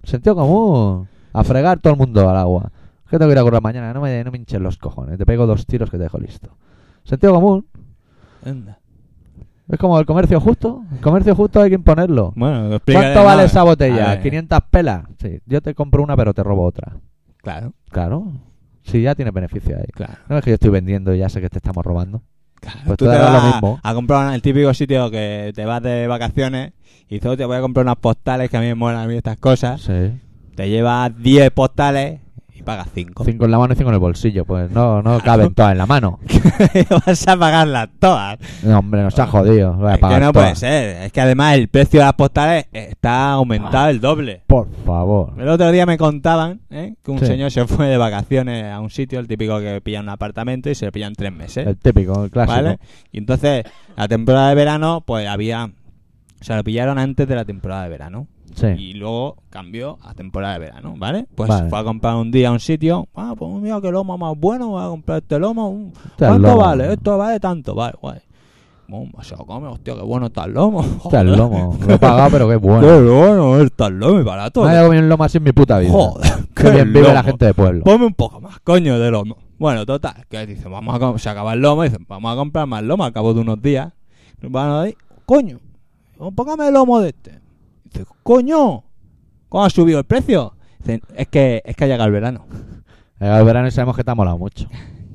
Speaker 2: Sentido común. A fregar todo el mundo al agua. ¿Qué tengo que ir a correr mañana? No me, no me hinches los cojones. Te pego dos tiros que te dejo listo. Sentido común.
Speaker 3: Anda.
Speaker 2: Es como el comercio justo. El comercio justo hay que imponerlo.
Speaker 3: Bueno, explícale,
Speaker 2: ¿Cuánto
Speaker 3: ¿no?
Speaker 2: vale esa
Speaker 3: A
Speaker 2: botella?
Speaker 3: ver,
Speaker 2: ¿500 pelas? Sí. Yo te compro una pero te robo otra.
Speaker 3: Claro,
Speaker 2: Claro. Si ya tiene beneficio ahí.
Speaker 3: claro.
Speaker 2: No es que yo estoy vendiendo y ya sé que te estamos robando.
Speaker 3: claro.
Speaker 2: Pues
Speaker 3: tú
Speaker 2: tú
Speaker 3: te
Speaker 2: harás
Speaker 3: vas
Speaker 2: lo mismo.
Speaker 3: a comprar el típico sitio que te vas de vacaciones y dices, te voy a comprar unas postales que a mí me molan a mí estas cosas.
Speaker 2: Sí.
Speaker 3: Te llevas 10 postales y pagas 5.
Speaker 2: Cinco en la mano y cinco en el bolsillo. Pues no, no caben todas en la mano.
Speaker 3: vas a pagarlas todas.
Speaker 2: No, hombre, nos ha jodido. Voy a
Speaker 3: Es que
Speaker 2: pagar
Speaker 3: no
Speaker 2: todas.
Speaker 3: puede ser. Es que además el precio de las postales está aumentado el doble.
Speaker 2: Por favor.
Speaker 3: El otro día me contaban ¿eh? que un
Speaker 2: Sí.
Speaker 3: señor se fue de vacaciones a un sitio, el típico que pilla un apartamento y se lo pillan tres meses.
Speaker 2: El típico, el clásico.
Speaker 3: ¿Vale? Y entonces, la temporada de verano, pues había. Se lo pillaron antes de la temporada de verano.
Speaker 2: Sí. Este
Speaker 3: Y luego cambió a temporada de verano, ¿vale? Pues
Speaker 2: Vale.
Speaker 3: fue a comprar un día a un sitio. Ah, pues mira qué lomo más bueno, voy a comprar este lomo. un-
Speaker 2: Este es
Speaker 3: ¿Cuánto
Speaker 2: lomo.
Speaker 3: vale? Esto vale tanto, vale, guay. Bum, pues se lo come, hostia, qué bueno está el lomo.
Speaker 2: Hostia, el
Speaker 3: Joder.
Speaker 2: lomo. Lo he pagado, pero qué bueno.
Speaker 3: Qué bueno eh, está el lomo y barato. eh.
Speaker 2: Nadie ha comido un lomo así en mi puta vida.
Speaker 3: Joder,
Speaker 2: Qué bien vive la
Speaker 3: lomo. Pues-
Speaker 2: gente de pueblo.
Speaker 3: Ponme un poco más, coño, de lomo. Bueno, total, que dice, vamos a com- se acaba el lomo, dicen, vamos a comprar más lomo al cabo de unos días. Nos van a decir, coño, póngame el lomo de este. Dice, coño, ¿cómo ha subido el precio? Dicen, es que, es que ha llegado el verano.
Speaker 2: Llega el Eh, verano y sabemos que te ha molado mucho.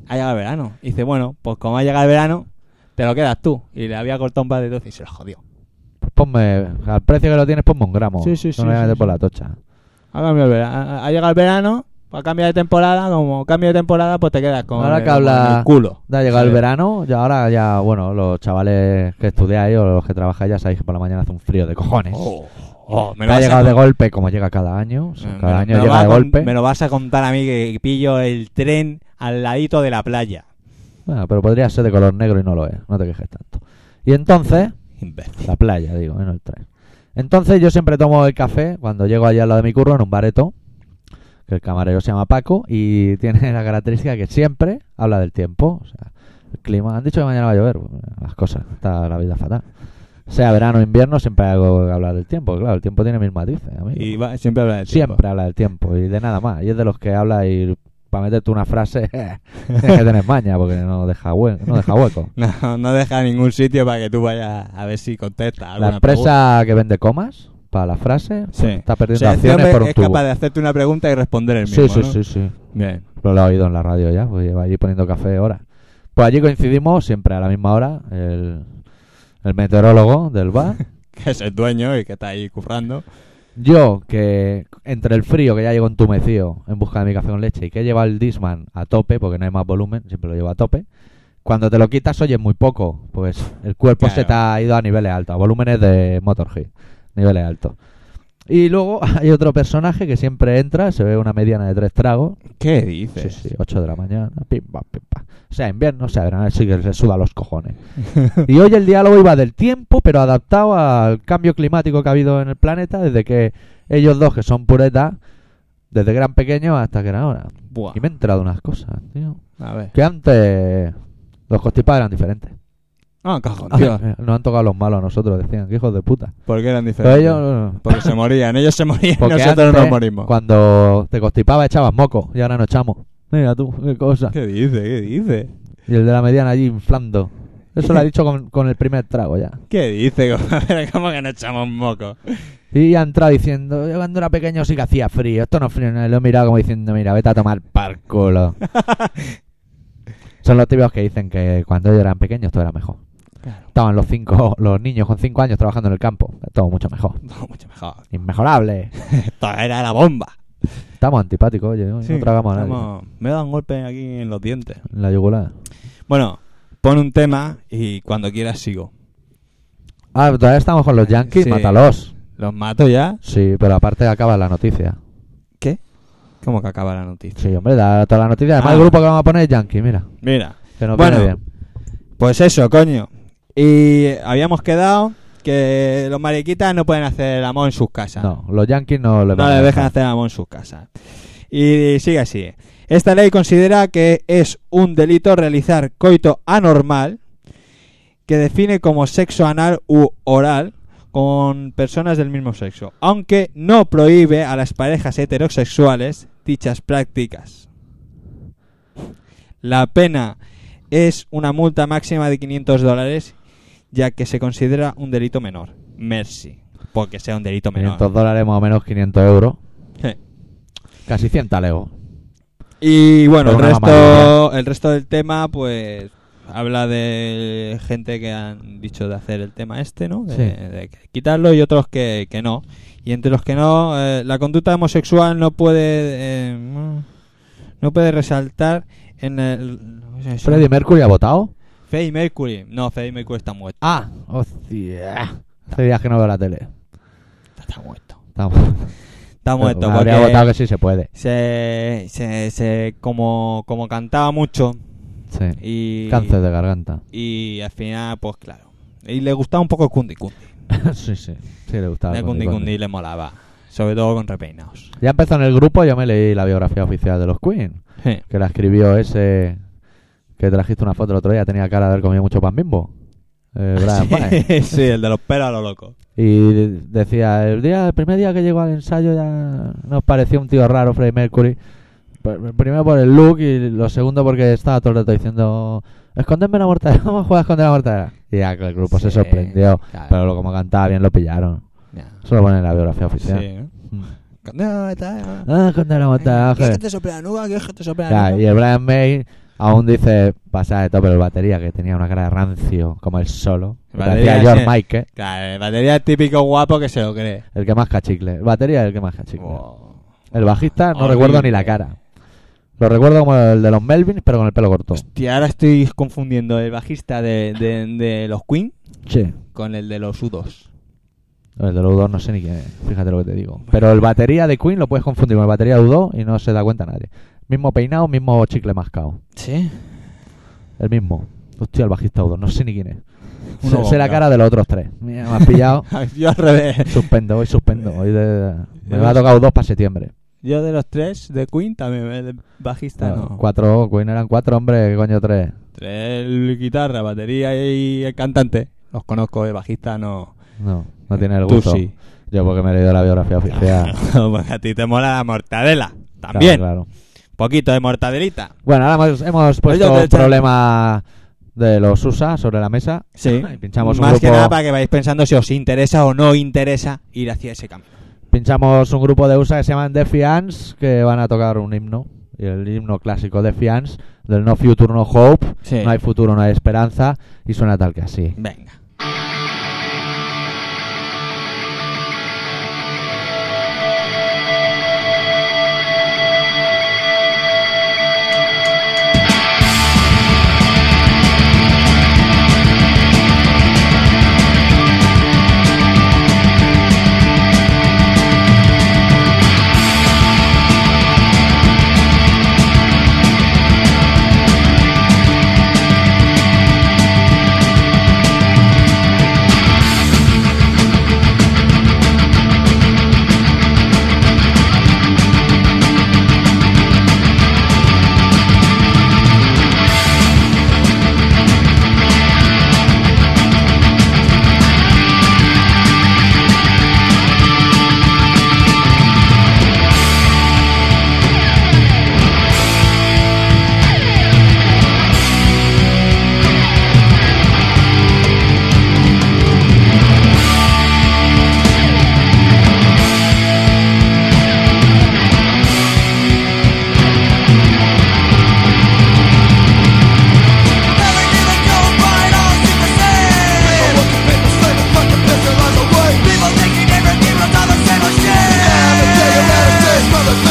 Speaker 3: Ha llegado el verano. Dice, bueno, pues como ha llegado el verano, te lo quedas tú. Y le había cortado un par de doce y se lo jodió.
Speaker 2: Pues ponme, al precio que lo tienes, ponme un gramo.
Speaker 3: Sí, sí,
Speaker 2: no
Speaker 3: sí,
Speaker 2: me voy a
Speaker 3: sí,
Speaker 2: meter
Speaker 3: sí.
Speaker 2: por la tocha.
Speaker 3: Ha, cambiado el verano. ha llegado el verano, pues cambia de temporada, como cambio de temporada, pues te quedas con,
Speaker 2: Ahora
Speaker 3: el-
Speaker 2: que
Speaker 3: con
Speaker 2: habla-
Speaker 3: el culo.
Speaker 2: Ya ha llegado el
Speaker 3: Joder.
Speaker 2: verano y ahora ya, bueno, los chavales que estudiáis o los que trabajáis ya sabéis que por la mañana hace un frío de cojones.
Speaker 3: Oh, oh, me
Speaker 2: Ya
Speaker 3: lo vas
Speaker 2: ha
Speaker 3: a
Speaker 2: llegado de golpe, como llega cada año. o sea,
Speaker 3: Eh,
Speaker 2: cada
Speaker 3: me-
Speaker 2: año
Speaker 3: me lo
Speaker 2: llega
Speaker 3: vas
Speaker 2: de
Speaker 3: a con-
Speaker 2: golpe.
Speaker 3: Me lo vas a contar a mí que pillo el tren al ladito de la playa.
Speaker 2: Bueno, pero podría ser de color negro y no lo es. No te quejes tanto. Y entonces,
Speaker 3: Imbécil.
Speaker 2: la playa, digo, en el tren. Entonces yo siempre tomo el café cuando llego allá al lado de mi curro en un bareto, que el camarero se llama Paco y tiene la característica que siempre habla del tiempo. O sea, el clima, han dicho que mañana va a llover, bueno, las cosas, está la vida fatal. Sea verano o invierno, siempre hay algo que hablar del tiempo. Claro, el tiempo tiene mil matices. amigo.
Speaker 3: Y va- siempre habla de pues.
Speaker 2: Siempre habla del tiempo y de nada más. Y es de los que habla y para meterte una frase tienes que tener maña porque no deja, hue- no deja hueco.
Speaker 3: No, no deja ningún sitio para que tú vayas a ver si contestas.
Speaker 2: La
Speaker 3: alguna
Speaker 2: empresa que vende comas para la frase
Speaker 3: pregunta. Sí.
Speaker 2: está
Speaker 3: O
Speaker 2: perdiendo
Speaker 3: sea, este
Speaker 2: acciones
Speaker 3: hombre
Speaker 2: por un
Speaker 3: es
Speaker 2: tubo.
Speaker 3: capaz de hacerte una pregunta y responder el mismo.
Speaker 2: sí, sí,
Speaker 3: ¿no?
Speaker 2: sí, sí.
Speaker 3: Bien.
Speaker 2: Lo, lo he oído en la radio ya, pues lleva allí poniendo café horas. Pues allí coincidimos siempre a la misma hora el, el meteorólogo del bar.
Speaker 3: Que es el dueño y que está ahí currando.
Speaker 2: Yo, que entre el frío que ya llego entumecido en busca de mi café con leche y que he llevado el Disman a tope, porque no hay más volumen, siempre lo llevo a tope, cuando te lo quitas oyes muy poco, pues el cuerpo
Speaker 3: Claro.
Speaker 2: se te ha ido a niveles altos, a volúmenes de Motorhead, niveles altos. Y luego hay otro personaje que siempre entra, se ve una mediana de tres tragos,
Speaker 3: ¿Qué
Speaker 2: sí,
Speaker 3: dices?
Speaker 2: sí, 8 de la mañana, pim, pam, pim, pam. O sea, invierno, o sea, verano, sí que se suda los cojones. Y hoy el diálogo iba del tiempo, pero adaptado al cambio climático que ha habido en el planeta desde que ellos dos, que son puretas, desde que eran pequeños hasta que eran ahora.
Speaker 3: Buah.
Speaker 2: Y me he entrado unas cosas, tío.
Speaker 3: A ver.
Speaker 2: Que antes los costipados eran diferentes.
Speaker 3: Ah, cajón, tío.
Speaker 2: Eh, Nos han tocado los malos a nosotros, decían, que hijos de puta.
Speaker 3: ¿Por qué eran
Speaker 2: Pero
Speaker 3: diferentes?
Speaker 2: ellos...
Speaker 3: Porque se morían. Ellos se morían y
Speaker 2: Porque
Speaker 3: nosotros
Speaker 2: antes,
Speaker 3: nos morimos.
Speaker 2: Cuando te constipaba echabas moco y ahora no echamos. Mira tú, qué cosa.
Speaker 3: ¿Qué dice? ¿Qué dice?
Speaker 2: Y el de la mediana allí inflando. Eso lo ha dicho con, con el primer trago ya.
Speaker 3: ¿Qué dice? Pero ¿Cómo que no echamos moco?
Speaker 2: Y ha entrado diciendo, yo cuando era pequeño sí que hacía frío, esto no es frío, no". Y lo he mirado como diciendo, mira, vete a tomar par culo. Son los típicos que dicen que cuando ellos eran pequeños todo era mejor.
Speaker 3: Claro.
Speaker 2: Estaban los cinco, los niños con cinco años trabajando en el campo, todo mucho mejor.
Speaker 3: No, mucho mejor.
Speaker 2: Inmejorable.
Speaker 3: Esto era la bomba.
Speaker 2: Estamos antipáticos, oye, hoy no tragamos a nadie.
Speaker 3: Estamos- Me da un golpe aquí en los dientes.
Speaker 2: En La yugular.
Speaker 3: Bueno, pon un tema y cuando quieras sigo.
Speaker 2: Ah, todavía estamos con los yankees,
Speaker 3: Sí.
Speaker 2: mátalos.
Speaker 3: ¿Los mato ya?
Speaker 2: Sí, pero aparte acaba la noticia.
Speaker 3: ¿Qué? ¿Cómo que acaba la noticia?
Speaker 2: Sí, hombre, da toda la noticia. Además,
Speaker 3: Ah.
Speaker 2: el grupo que vamos a poner es Yankee, mira.
Speaker 3: Mira,
Speaker 2: Que nos
Speaker 3: Bueno.
Speaker 2: viene bien.
Speaker 3: pues eso, coño. Y habíamos quedado que los mariquitas no pueden hacer el amor en sus casas.
Speaker 2: No, los Yankees no le
Speaker 3: No
Speaker 2: van a
Speaker 3: les dejan
Speaker 2: dejar.
Speaker 3: hacer el amor en sus casas. Y sigue así. Esta ley considera que es un delito realizar coito anormal, que define como sexo anal u oral con personas del mismo sexo, aunque no prohíbe a las parejas heterosexuales dichas prácticas. La pena es una multa máxima de 500 dólares, ya que se considera un delito menor. Mercy, porque sea un delito menor.
Speaker 2: 500 dólares más o menos 500 euros.
Speaker 3: Sí.
Speaker 2: Casi 100 talegos.
Speaker 3: Y bueno, el
Speaker 2: Pero una
Speaker 3: resto,
Speaker 2: mamadura.
Speaker 3: el resto del tema, pues habla de gente que han dicho de hacer el tema este, ¿no? De,
Speaker 2: Sí.
Speaker 3: de quitarlo y otros que, que no. Y entre los que no, eh, la conducta homosexual no puede eh, no- no puede resaltar en el
Speaker 2: Freddie Mercury ha votado.
Speaker 3: Freddie Mercury. No, Freddie Mercury está muerto.
Speaker 2: Ah, hostia. Hace días que no veo la tele.
Speaker 3: Está, está muerto.
Speaker 2: Estamos.
Speaker 3: Está muerto.
Speaker 2: Habría
Speaker 3: porque
Speaker 2: votado que sí se puede.
Speaker 3: se, se, se- como, como cantaba mucho
Speaker 2: Sí.
Speaker 3: y
Speaker 2: Cáncer de garganta.
Speaker 3: Y al final, pues claro. Y le gustaba un poco el Kundi Kundi.
Speaker 2: sí, sí. Sí, le gustaba.
Speaker 3: El
Speaker 2: el
Speaker 3: Kundi
Speaker 2: Cundi
Speaker 3: Kundi le molaba. Sobre todo con repeinados.
Speaker 2: Cundi. Ya empezó en el grupo, yo me leí la biografía oficial de los Queen.
Speaker 3: Sí.
Speaker 2: Que la escribió ese que trajiste una foto el otro día. Tenía cara de haber comido mucho pan bimbo. Eh, Brian May.
Speaker 3: sí, el de los pelos a lo loco.
Speaker 2: Y decía, el día el primer día que llegó al ensayo ya nos pareció un tío raro Freddie Mercury. Pr- Primero por el look y lo segundo porque estaba todo el rato diciendo, escondedme la mortadela, vamos a jugar a esconder la mortadela. Y ya que el grupo se
Speaker 3: Sí,
Speaker 2: sorprendió,
Speaker 3: claro.
Speaker 2: pero lo- como cantaba bien lo pillaron.
Speaker 3: Ya.
Speaker 2: Eso lo pone en la biografía
Speaker 3: Sí.
Speaker 2: oficial.
Speaker 3: ¿eh?
Speaker 2: Mm.
Speaker 3: No, está-
Speaker 2: Ah, esconder la mortadela.
Speaker 3: ¿Quieres que
Speaker 2: joder.
Speaker 3: te sople la nuba? ¿Quieres que te sople la
Speaker 2: Ya,
Speaker 3: nuba?
Speaker 2: y el Brian May aún dice, pasa de todo, pero el batería que tenía una cara de rancio, como el solo.
Speaker 3: El
Speaker 2: que
Speaker 3: batería
Speaker 2: hacía George
Speaker 3: ese-
Speaker 2: Michael,
Speaker 3: Claro, el batería típico guapo que se lo cree.
Speaker 2: el que más cachicle. El batería es el que más cachicle.
Speaker 3: Wow.
Speaker 2: El bajista no
Speaker 3: Horrible.
Speaker 2: recuerdo ni la cara. Lo recuerdo como el de los Melvins, pero con el pelo corto.
Speaker 3: Hostia, ahora estoy confundiendo el bajista de, de- de los Queen
Speaker 2: Sí.
Speaker 3: con el de los U2.
Speaker 2: El de los U2 no sé ni quién es, fíjate lo que te digo. Pero el batería de Queen lo puedes confundir con el batería de U2 y no se da cuenta nadie. Mismo peinado, mismo chicle mascado.
Speaker 3: Sí.
Speaker 2: El mismo. Hostia, el bajista U2, no sé ni quién es.
Speaker 3: Uno
Speaker 2: Sé, sé la
Speaker 3: boca.
Speaker 2: cara de los otros tres. Mira, me has pillado.
Speaker 3: Yo al revés.
Speaker 2: suspendo, hoy
Speaker 3: Eh,
Speaker 2: suspendo. Hoy de- me va a tocar U2 para septiembre.
Speaker 3: Yo de los tres de Queen también, el bajista no.
Speaker 2: Cuatro, Queen eran cuatro hombres, ¿qué coño tres.
Speaker 3: El guitarra, batería y el cantante. Los conozco, el bajista no.
Speaker 2: No, no tiene el
Speaker 3: Tú
Speaker 2: gusto.
Speaker 3: sí.
Speaker 2: Yo porque me he leído la biografía oficial.
Speaker 3: Porque a ti te mola la mortadela. También.
Speaker 2: Claro, claro.
Speaker 3: Poquito de mortadelita.
Speaker 2: Bueno, ahora hemos, hemos puesto
Speaker 3: Oye,
Speaker 2: un
Speaker 3: te-
Speaker 2: problema de los USA sobre la mesa.
Speaker 3: Sí.
Speaker 2: Y pinchamos un
Speaker 3: Más que
Speaker 2: grupo-
Speaker 3: nada para que vayáis pensando si os interesa o no interesa ir hacia ese camino.
Speaker 2: Pinchamos un grupo de USA que se llaman Defiance, que van a tocar un himno. Y el himno clásico Defiance, del No Future, No Hope.
Speaker 3: Sí.
Speaker 2: No hay futuro, no hay esperanza. Y suena tal que así.
Speaker 3: Venga.
Speaker 6: Thank
Speaker 4: Este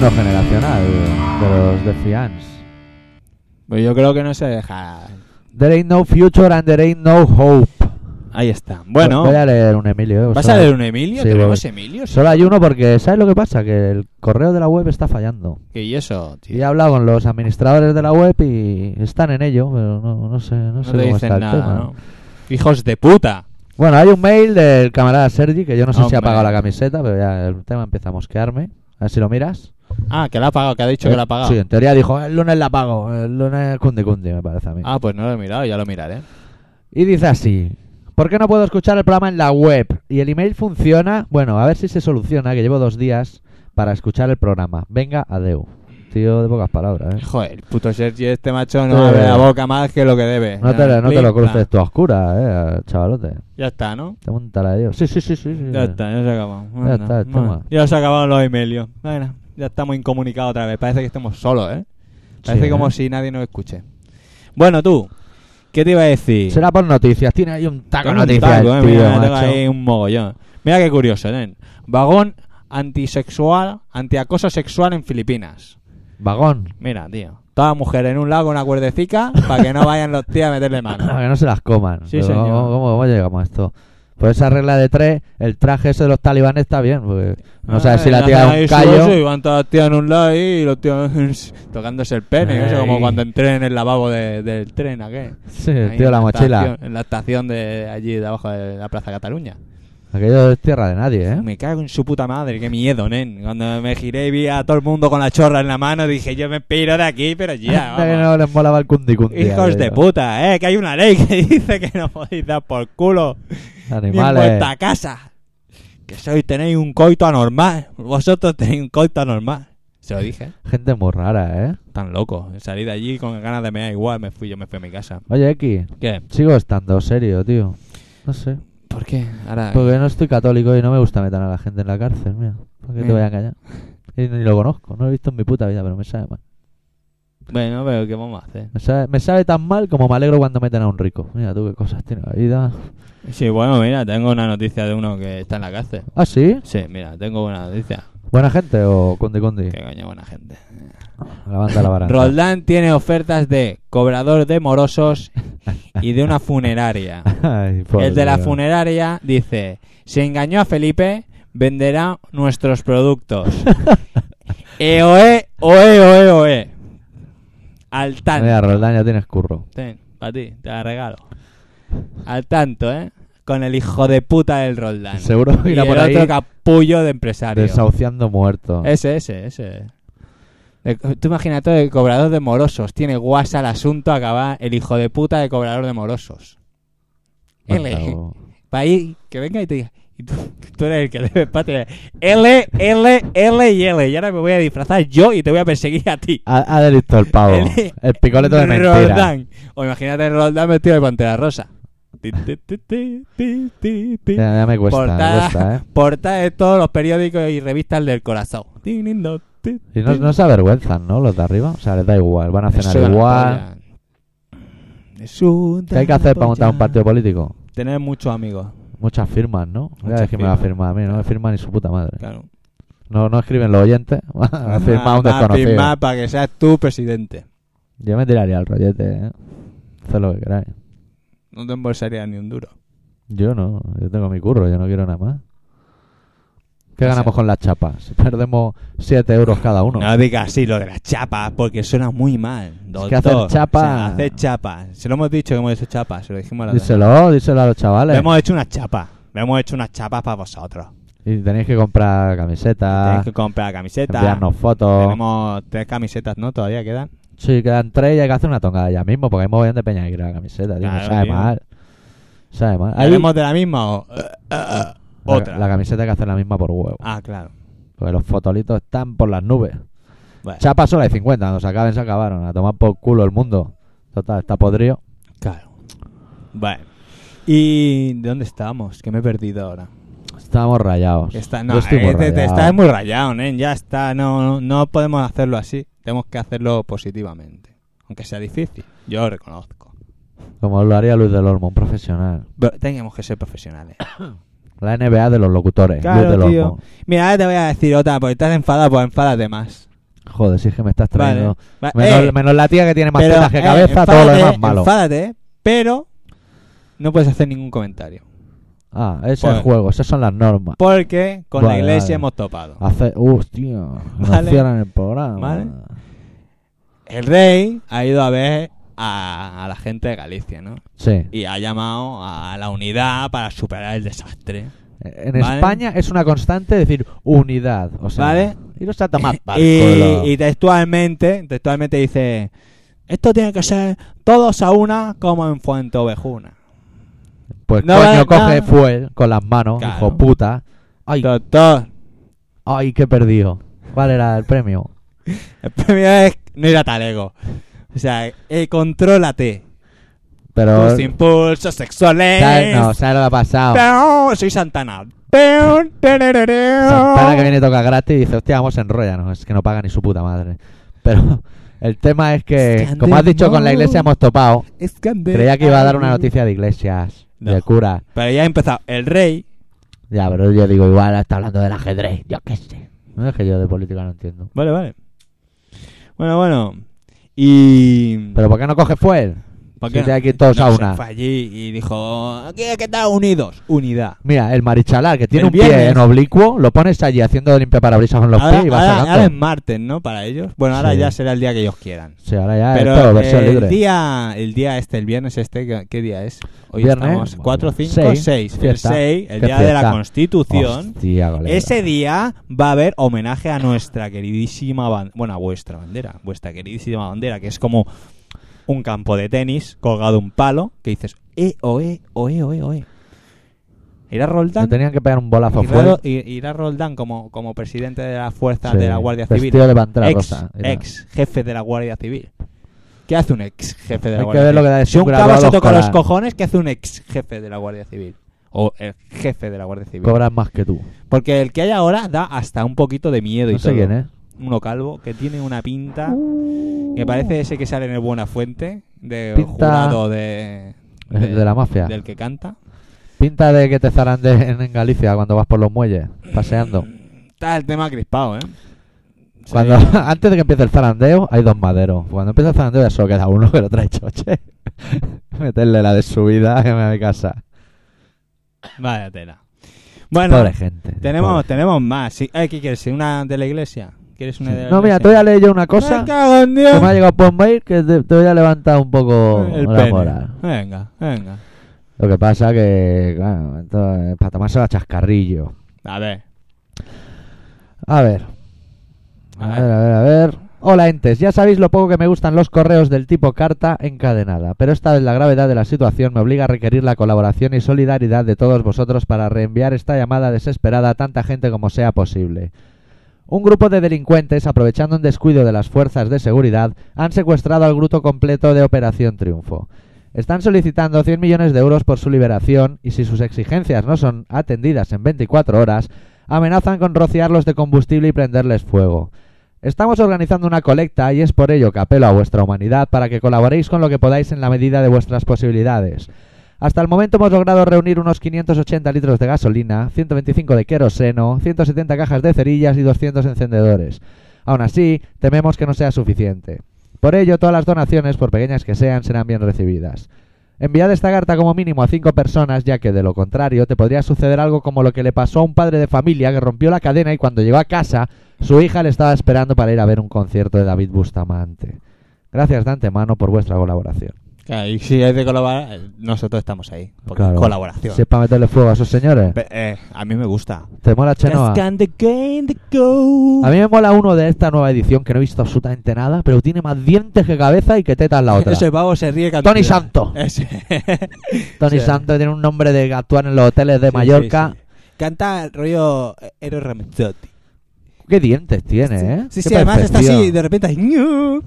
Speaker 2: cambio generacional de los de Fiance.
Speaker 3: Pues yo creo que no se deja.
Speaker 2: There ain't no future and there ain't no hope.
Speaker 3: Ahí está. Bueno,
Speaker 2: Voy a leer un Emilio. eh,
Speaker 3: ¿vas a
Speaker 2: solo-
Speaker 3: leer un Emilio?
Speaker 2: Sí,
Speaker 3: ¿Tenemos
Speaker 2: voy.
Speaker 3: Emilio?
Speaker 2: Solo hay uno porque, ¿sabes lo que pasa? Que el correo de la web está fallando.
Speaker 3: ¿Y eso, tío?
Speaker 2: Y he hablado con los administradores de la web y están en ello, pero no, no sé, no,
Speaker 3: No
Speaker 2: sé
Speaker 3: te
Speaker 2: cómo está
Speaker 3: dicen
Speaker 2: el
Speaker 3: nada,
Speaker 2: tema.
Speaker 3: ¿no? Hijos de puta.
Speaker 2: Bueno, hay un mail del camarada Sergi que yo no sé si ha
Speaker 3: Hombre.
Speaker 2: pagado la camiseta, pero ya el tema empieza a mosquearme. A ver si lo miras. Eh,
Speaker 3: Ah, que la ha pagado, que ha dicho que la ha pagado.
Speaker 2: Sí, en teoría dijo, "Eh, el lunes la pago, el lunes cundi cundi, me parece a mí.
Speaker 3: Ah, pues no lo he mirado, ya lo miraré.
Speaker 2: Y dice así, ¿por qué no puedo escuchar el programa en la web? ¿Y el email funciona? Bueno, a ver si se soluciona, que llevo dos días para escuchar el programa. Venga, adeu. Tío de pocas palabras, ¿eh?
Speaker 3: Joder, el puto Sergi este macho no
Speaker 2: Eh.
Speaker 3: abre la boca más que lo que debe.
Speaker 2: No te, no te
Speaker 3: Plim,
Speaker 2: lo cruces
Speaker 3: plam.
Speaker 2: tú a oscuras, eh, chavalote.
Speaker 3: Ya está, ¿no?
Speaker 2: Te montará Dios. Sí, sí, sí, sí. sí.
Speaker 3: Ya está, ya se ha acabado. Bueno,
Speaker 2: está el
Speaker 3: bueno.
Speaker 2: tema.
Speaker 3: Ya se ha acabado los Emilio. Bueno, ya estamos incomunicados otra vez. Parece que estamos solos, ¿eh? Parece
Speaker 2: Sí,
Speaker 3: como
Speaker 2: ¿eh?
Speaker 3: si nadie nos escuche. Bueno, tú, ¿qué te iba a decir?
Speaker 2: Será por noticias. Tiene ahí un taco de
Speaker 3: Tengo un
Speaker 2: noticias.
Speaker 3: taco, eh,
Speaker 2: el tío,
Speaker 3: mira, tengo
Speaker 2: macho.
Speaker 3: ahí un mogollón. Mira qué curioso, ¿eh? Vagón antisexual, antiacoso sexual en Filipinas.
Speaker 2: Vagón.
Speaker 3: Mira, tío. Toda mujer en un lago, una cuerdecica, para que no vayan los tíos a meterle
Speaker 2: Para
Speaker 3: mano.
Speaker 2: que no se las coman.
Speaker 3: Sí,
Speaker 2: Pero
Speaker 3: señor.
Speaker 2: ¿Cómo, cómo- cómo llegamos a esto? Por esa regla de tres, el traje ese de los talibanes está bien. porque no sabes si la tía es un
Speaker 3: Y
Speaker 2: callo.
Speaker 3: van todas las tías en un lado ahí, y los tíos tocándose el pene. Eso como
Speaker 2: Ey.
Speaker 3: cuando entré en el lavabo de- del tren, ¿a qué?
Speaker 2: Sí, el
Speaker 3: Ahí
Speaker 2: tío de
Speaker 3: en
Speaker 2: la mochila.
Speaker 3: estación- en la estación de allí, de abajo de la Plaza Cataluña.
Speaker 2: Aquello es tierra de nadie, ¿eh?
Speaker 3: Me cago en su puta madre, qué miedo, nen. Cuando me giré y vi a todo el mundo con la chorra en la mano, dije, yo me piro de aquí, pero ya.
Speaker 2: Anda que
Speaker 3: vamos.
Speaker 2: no les molaba el cundicundi.
Speaker 3: Hijos de puta, eh, que hay una ley que dice que no podéis dar por culo. ni en
Speaker 2: Animales.
Speaker 3: vuestra casa. Que sois, tenéis un coito anormal. Vosotros tenéis un coito anormal. Se lo dije.
Speaker 2: Gente muy rara, ¿eh?
Speaker 3: Tan loco. Salí de allí con ganas de mear igual. Me fui, yo me fui a mi casa.
Speaker 2: Oye, X,
Speaker 3: ¿Qué?
Speaker 2: sigo estando serio, tío. No sé.
Speaker 3: ¿Por qué? Ahora.
Speaker 2: Porque no estoy católico y no me gusta meter a la gente en la cárcel, mira. ¿Para qué te
Speaker 3: Mira.
Speaker 2: voy a engañar? Y ni lo conozco, no lo he visto en mi puta vida, pero me sabe mal.
Speaker 3: Bueno, pero ¿qué vamos a hacer?
Speaker 2: Me sabe, me sabe tan mal como me alegro cuando meten a un rico. Mira tú qué cosas tiene la vida.
Speaker 3: Sí, bueno, mira, tengo una noticia de uno que está en la cárcel.
Speaker 2: ¿Ah, sí?
Speaker 3: Sí, mira, tengo una noticia.
Speaker 2: ¿Buena gente o conde conde?
Speaker 3: Qué coño, buena gente.
Speaker 2: Levanta la baranda.
Speaker 3: Roldán tiene ofertas de cobrador de morosos y de una funeraria.
Speaker 2: Ay, por
Speaker 3: el de la
Speaker 2: Dios.
Speaker 3: funeraria dice, se engañó a Felipe, venderá nuestros productos. Eh, E EOE, OE, OE, OE. E, Al
Speaker 2: Mira,
Speaker 3: tanto.
Speaker 2: Roldán, ya tienes curro.
Speaker 3: Ten, para ti, te la regalo. Al tanto, ¿eh? Con el hijo de puta del Roldán.
Speaker 2: Seguro que
Speaker 3: y
Speaker 2: irá
Speaker 3: el
Speaker 2: por ahí
Speaker 3: otro capullo de empresario.
Speaker 2: desahuciando muertos.
Speaker 3: Ese, ese, ese. Eh, Tú imagínate el cobrador de morosos. Tiene guasa el asunto, acaba el hijo de puta de cobrador de morosos. L.
Speaker 2: Mátalo.
Speaker 3: Para ahí, que venga y te diga. Y tú, tú eres el que debe patria. L, L, L y L. Y ahora me voy a disfrazar yo y te voy a perseguir a ti.
Speaker 2: Ha, ha delito el pavo.
Speaker 3: El-
Speaker 2: El picoleto de mentira.
Speaker 3: Roldán. O imagínate Roldán vestido de pantera rosa. Ti, ti, ti, ti, ti, ti, ti.
Speaker 2: Ya, ya me cuesta, me
Speaker 3: Portada.
Speaker 2: cuesta, ¿eh?
Speaker 3: Portada de todos los periódicos y revistas del corazón. Tin, tin, do, ti,
Speaker 2: Y no,
Speaker 3: tin.
Speaker 2: no se avergüenzan, ¿no? Los de arriba. O sea, les da igual. Van a
Speaker 3: Me
Speaker 2: cenar
Speaker 3: suda la
Speaker 2: igual.
Speaker 3: polla. Me suda
Speaker 2: ¿Qué hay que hacer
Speaker 3: la
Speaker 2: para montar un
Speaker 3: polla.
Speaker 2: partido político?
Speaker 3: Tener muchos amigos,
Speaker 2: Muchas firmas, ¿no? Ya
Speaker 3: Muchas
Speaker 2: ves que me va a
Speaker 3: firmas.
Speaker 2: firmar a mí, no me firma ni su puta madre.
Speaker 3: claro.
Speaker 2: No, no escriben los oyentes, ha firmado
Speaker 3: Más- más
Speaker 2: un desconocido.
Speaker 3: firmar para que seas tú presidente.
Speaker 2: Yo me tiraría al rollete, ¿eh? Haced lo que queráis.
Speaker 3: No te embolsarías ni un duro.
Speaker 2: Yo no, yo tengo mi curro, yo no quiero nada más. ¿Qué
Speaker 3: O sea-
Speaker 2: ganamos con las chapas? Perdemos 7 euros cada uno.
Speaker 3: No digas así lo de las chapas, porque suena muy mal. Doctor.
Speaker 2: que hacer chapa-
Speaker 3: O sea, hacer chapa. Se lo hemos dicho que hemos hecho chapa, se lo dijimos a la
Speaker 2: díselo, díselo a los
Speaker 3: Le
Speaker 2: chavales.
Speaker 3: hemos hecho unas chapas. Le hemos hecho unas chapas para vosotros.
Speaker 2: Y tenéis que comprar camisetas,
Speaker 3: Tenéis que comprar camisetas.
Speaker 2: enviarnos fotos.
Speaker 3: Tenemos tres camisetas, ¿no? Todavía quedan.
Speaker 2: Sí, quedan tres y hay que hacer una tongada ya mismo, porque hay mogollón de peña que quiere la camiseta, tío.
Speaker 3: Claro,
Speaker 2: me sabe
Speaker 3: tío.
Speaker 2: mal. Sabe mal. Ahí-
Speaker 3: ¿Haremos de la misma o eh, eh, eh,
Speaker 2: la-
Speaker 3: otra?
Speaker 2: La, camiseta hay que hacer la misma por huevo.
Speaker 3: Ah, claro.
Speaker 2: Porque los fotolitos están por las nubes.
Speaker 3: Bueno,
Speaker 2: Chapa solo hay 50, cuando se acaben se acabaron. A tomar por culo el mundo. Total, está podrido.
Speaker 3: claro. Bueno. ¿Y de dónde estábamos? Que me he perdido ahora.
Speaker 2: Estamos rayados.
Speaker 3: Está,
Speaker 2: Pues Yo
Speaker 3: no,
Speaker 2: estoy muy
Speaker 3: eh, te, te
Speaker 2: rayado.
Speaker 3: estás muy rayado, nen. Ya está. No, no, no podemos hacerlo así. Tenemos que hacerlo positivamente. Aunque sea difícil. Yo lo reconozco.
Speaker 2: Como lo haría Luis del Olmo, un profesional.
Speaker 3: Pero tenemos que ser profesionales.
Speaker 2: La NBA de los locutores.
Speaker 3: Claro,
Speaker 2: Luis del
Speaker 3: tío.
Speaker 2: Olmo.
Speaker 3: Mira, ahora te voy a decir otra, porque estás enfadado, pues enfádate más.
Speaker 2: Joder, si es que me estás
Speaker 3: Vale.
Speaker 2: trayendo.
Speaker 3: Va-
Speaker 2: Menos,
Speaker 3: eh,
Speaker 2: menos la tía que tiene más
Speaker 3: pero,
Speaker 2: tetas que
Speaker 3: eh,
Speaker 2: cabeza, todo lo
Speaker 3: enfádate,
Speaker 2: demás malo.
Speaker 3: enfádate, pero no puedes hacer ningún comentario.
Speaker 2: Ah, ese es
Speaker 3: Pues-
Speaker 2: el juego, esas son las normas.
Speaker 3: Porque con
Speaker 2: Vale,
Speaker 3: la iglesia
Speaker 2: vale. Ah.
Speaker 3: hemos topado.
Speaker 2: Hace, hostia, nos
Speaker 3: Vale.
Speaker 2: cierran el programa.
Speaker 3: Vale. El rey ha ido a ver a, a la gente de Galicia, ¿no?
Speaker 2: Sí.
Speaker 3: Y ha llamado a la unidad para superar el desastre.
Speaker 2: En
Speaker 3: Vale.
Speaker 2: España es una constante decir unidad. O sea,
Speaker 3: Vale.
Speaker 2: iros a tomar por culo.
Speaker 3: y, y textualmente, textualmente dice, esto tiene que ser todos a una como en Fuentovejuna.
Speaker 2: Pues
Speaker 3: no
Speaker 2: coño,
Speaker 3: vale
Speaker 2: coge
Speaker 3: nada.
Speaker 2: fuel con las manos,
Speaker 3: Claro.
Speaker 2: hijo puta. Ay,
Speaker 3: Doctor,
Speaker 2: ay, qué perdido. ¿Cuál era el premio?
Speaker 3: el premio es no ir a tal ego. O sea, eh, contrólate.
Speaker 2: Pero.
Speaker 3: Tus impulsos sexuales.
Speaker 2: ¿sabes? No, ¿sabes lo que ha pasado?
Speaker 3: Peón, Soy Santana. Peón, tererereo.
Speaker 2: Santana que viene y toca gratis y dice, hostia, vamos a enrollarnos. Es que no paga ni su puta madre. Pero el tema es que,
Speaker 3: Escándalo.
Speaker 2: como has dicho, con la iglesia hemos topado.
Speaker 3: Es candela.
Speaker 2: Creía que iba a dar una noticia de iglesias,
Speaker 3: No.
Speaker 2: de cura.
Speaker 3: Pero ya ha empezado. El rey
Speaker 2: Ya, pero yo digo, igual está hablando del ajedrez. Yo qué sé. No es que yo de política no entiendo.
Speaker 3: Vale, vale. Bueno, bueno. Y.
Speaker 2: Pero ¿por qué no coge fuel?
Speaker 3: ¿Por
Speaker 2: si te aquí todos
Speaker 3: No,
Speaker 2: a
Speaker 3: se
Speaker 2: una.
Speaker 3: Fue allí y dijo: aquí hay que estar unidos. Unidad.
Speaker 2: Mira, el marichalar que tiene
Speaker 3: El
Speaker 2: un pie
Speaker 3: viernes.
Speaker 2: en oblicuo, lo pones allí haciendo de limpia parabrisas con los
Speaker 3: ahora,
Speaker 2: pies y vas
Speaker 3: ahora-
Speaker 2: sacando.
Speaker 3: ahora es martes, ¿no? Para ellos. Bueno, ahora
Speaker 2: Sí.
Speaker 3: ya será el día que ellos quieran.
Speaker 2: Sí, ahora ya
Speaker 3: Pero eh,
Speaker 2: es todo Ah, versión
Speaker 3: el
Speaker 2: libre.
Speaker 3: día el día este, el viernes este, ¿qué, qué día es? Hoy
Speaker 2: Viernes,
Speaker 3: estamos
Speaker 2: bueno,
Speaker 3: 4, 5,
Speaker 2: seis,
Speaker 3: 6. El
Speaker 2: fiesta.
Speaker 3: 6, el
Speaker 2: Qué
Speaker 3: día de la
Speaker 2: fiesta.
Speaker 3: Constitución.
Speaker 2: Hostia, colega.
Speaker 3: Ese día va a haber homenaje a nuestra queridísima bandera, bueno, a vuestra bandera, vuestra queridísima bandera, que es como un campo de tenis colgado a un palo, que dices, eh, oe, oe, oe, oe. Era
Speaker 2: Me
Speaker 3: Roldán,
Speaker 2: tenían que pegar un bolazo
Speaker 3: y
Speaker 2: fuera.
Speaker 3: raro- y- irá Roldán como, como presidente de las fuerzas
Speaker 2: Sí,
Speaker 3: de la Guardia Civil,
Speaker 2: Vestido de pantera
Speaker 3: ex,
Speaker 2: rosa. Era-
Speaker 3: ex jefe de la Guardia Civil. ¿Qué hace un ex jefe de la
Speaker 2: Hay que
Speaker 3: Guardia
Speaker 2: ver lo
Speaker 3: Civil?
Speaker 2: que da de
Speaker 3: si un
Speaker 2: graduado
Speaker 3: cabo se toca
Speaker 2: escolar.
Speaker 3: los cojones, ¿qué hace un ex jefe de la Guardia Civil? O el jefe de la Guardia Civil.
Speaker 2: Cobran más que tú.
Speaker 3: Porque el que hay ahora da hasta un poquito de miedo
Speaker 2: No
Speaker 3: y
Speaker 2: sé
Speaker 3: todo.
Speaker 2: quién ¿eh? es.
Speaker 3: Uno calvo que tiene una pinta que parece ese que sale en el Buena Fuente de
Speaker 2: Uh. Pinta-
Speaker 3: jurado de,
Speaker 2: De, la mafia.
Speaker 3: del que canta.
Speaker 2: Pinta de que te zaranden en, en Galicia cuando vas por los muelles, paseando.
Speaker 3: Está el tema crispado, ¿eh? Sí.
Speaker 2: Cuando Antes de que empiece el zarandeo, hay dos maderos. Cuando empieza el zarandeo, ya solo queda uno que lo trae choche. Meterle la de subida que me va a mi casa.
Speaker 3: Vaya tela. Bueno,
Speaker 2: Pobre gente.
Speaker 3: tenemos
Speaker 2: Pobre.
Speaker 3: tenemos más. Sí. Eh, ¿Qué quieres? ¿Una de la iglesia? ¿Quieres una de la
Speaker 2: No, mira,
Speaker 3: iglesia?
Speaker 2: te voy a leer yo una cosa
Speaker 3: Me cago en Dios.
Speaker 2: que me ha llegado por mail que te, te voy a levantar un poco
Speaker 3: el
Speaker 2: la
Speaker 3: pene.
Speaker 2: moral.
Speaker 3: Venga, venga.
Speaker 2: Lo que pasa que, claro, esto es para tomárselo a chascarrillo.
Speaker 3: A ver.
Speaker 2: A ver. A ver, a ver, a ver. Hola, entes. Ya sabéis lo poco que me gustan los correos del tipo carta encadenada, pero esta vez la gravedad de la situación me obliga a requerir la colaboración y solidaridad de todos vosotros para reenviar esta llamada desesperada a tanta gente como sea posible. Un grupo de delincuentes, aprovechando un descuido de las fuerzas de seguridad, han secuestrado al grupo completo de Operación Triunfo. Están solicitando 100 millones de euros por su liberación y si sus exigencias no son atendidas en 24 horas, amenazan con rociarlos de combustible y prenderles fuego. Estamos organizando una colecta y es por ello que apelo a vuestra humanidad para que colaboréis con lo que podáis en la medida de vuestras posibilidades. Hasta el momento hemos logrado reunir unos 580 litros de gasolina, 125 de queroseno, 170 cajas de cerillas y 200 encendedores. Aún así, tememos que no sea suficiente. Por ello, todas las donaciones, por pequeñas que sean, serán bien recibidas. Enviad esta carta como mínimo a cinco personas, ya que de lo contrario te podría suceder algo como lo que le pasó a un padre de familia que rompió la cadena y cuando llegó a casa, su hija le estaba esperando para ir a ver un concierto de David Bustamante. Gracias de antemano por vuestra colaboración.
Speaker 3: Claro, y si hay de colaborar, eh, nosotros estamos ahí. Porque
Speaker 2: Claro.
Speaker 3: colaboración.
Speaker 2: Si es para meterle fuego a esos señores.
Speaker 3: Pe- eh, a mí me gusta.
Speaker 2: ¿Te mola Chenoa?
Speaker 3: Just can the game to go.
Speaker 2: A mí me mola uno de esta nueva edición que no he visto absolutamente nada, pero tiene más dientes que cabeza y que tetas la otra.
Speaker 3: Ese pavo se ríe cantidad.
Speaker 2: Tony Santo.
Speaker 3: Ese. Sí.
Speaker 2: Tony Santo tiene un nombre de actuar en los hoteles de
Speaker 3: Sí,
Speaker 2: Mallorca.
Speaker 3: sí, sí. Canta el rollo eh, Eros Ramazzotti.
Speaker 2: Qué dientes tiene, ¿eh?
Speaker 3: Sí,
Speaker 2: Qué
Speaker 3: sí, además está
Speaker 2: perfección.
Speaker 3: así, de repente. ahí, ¡ñu!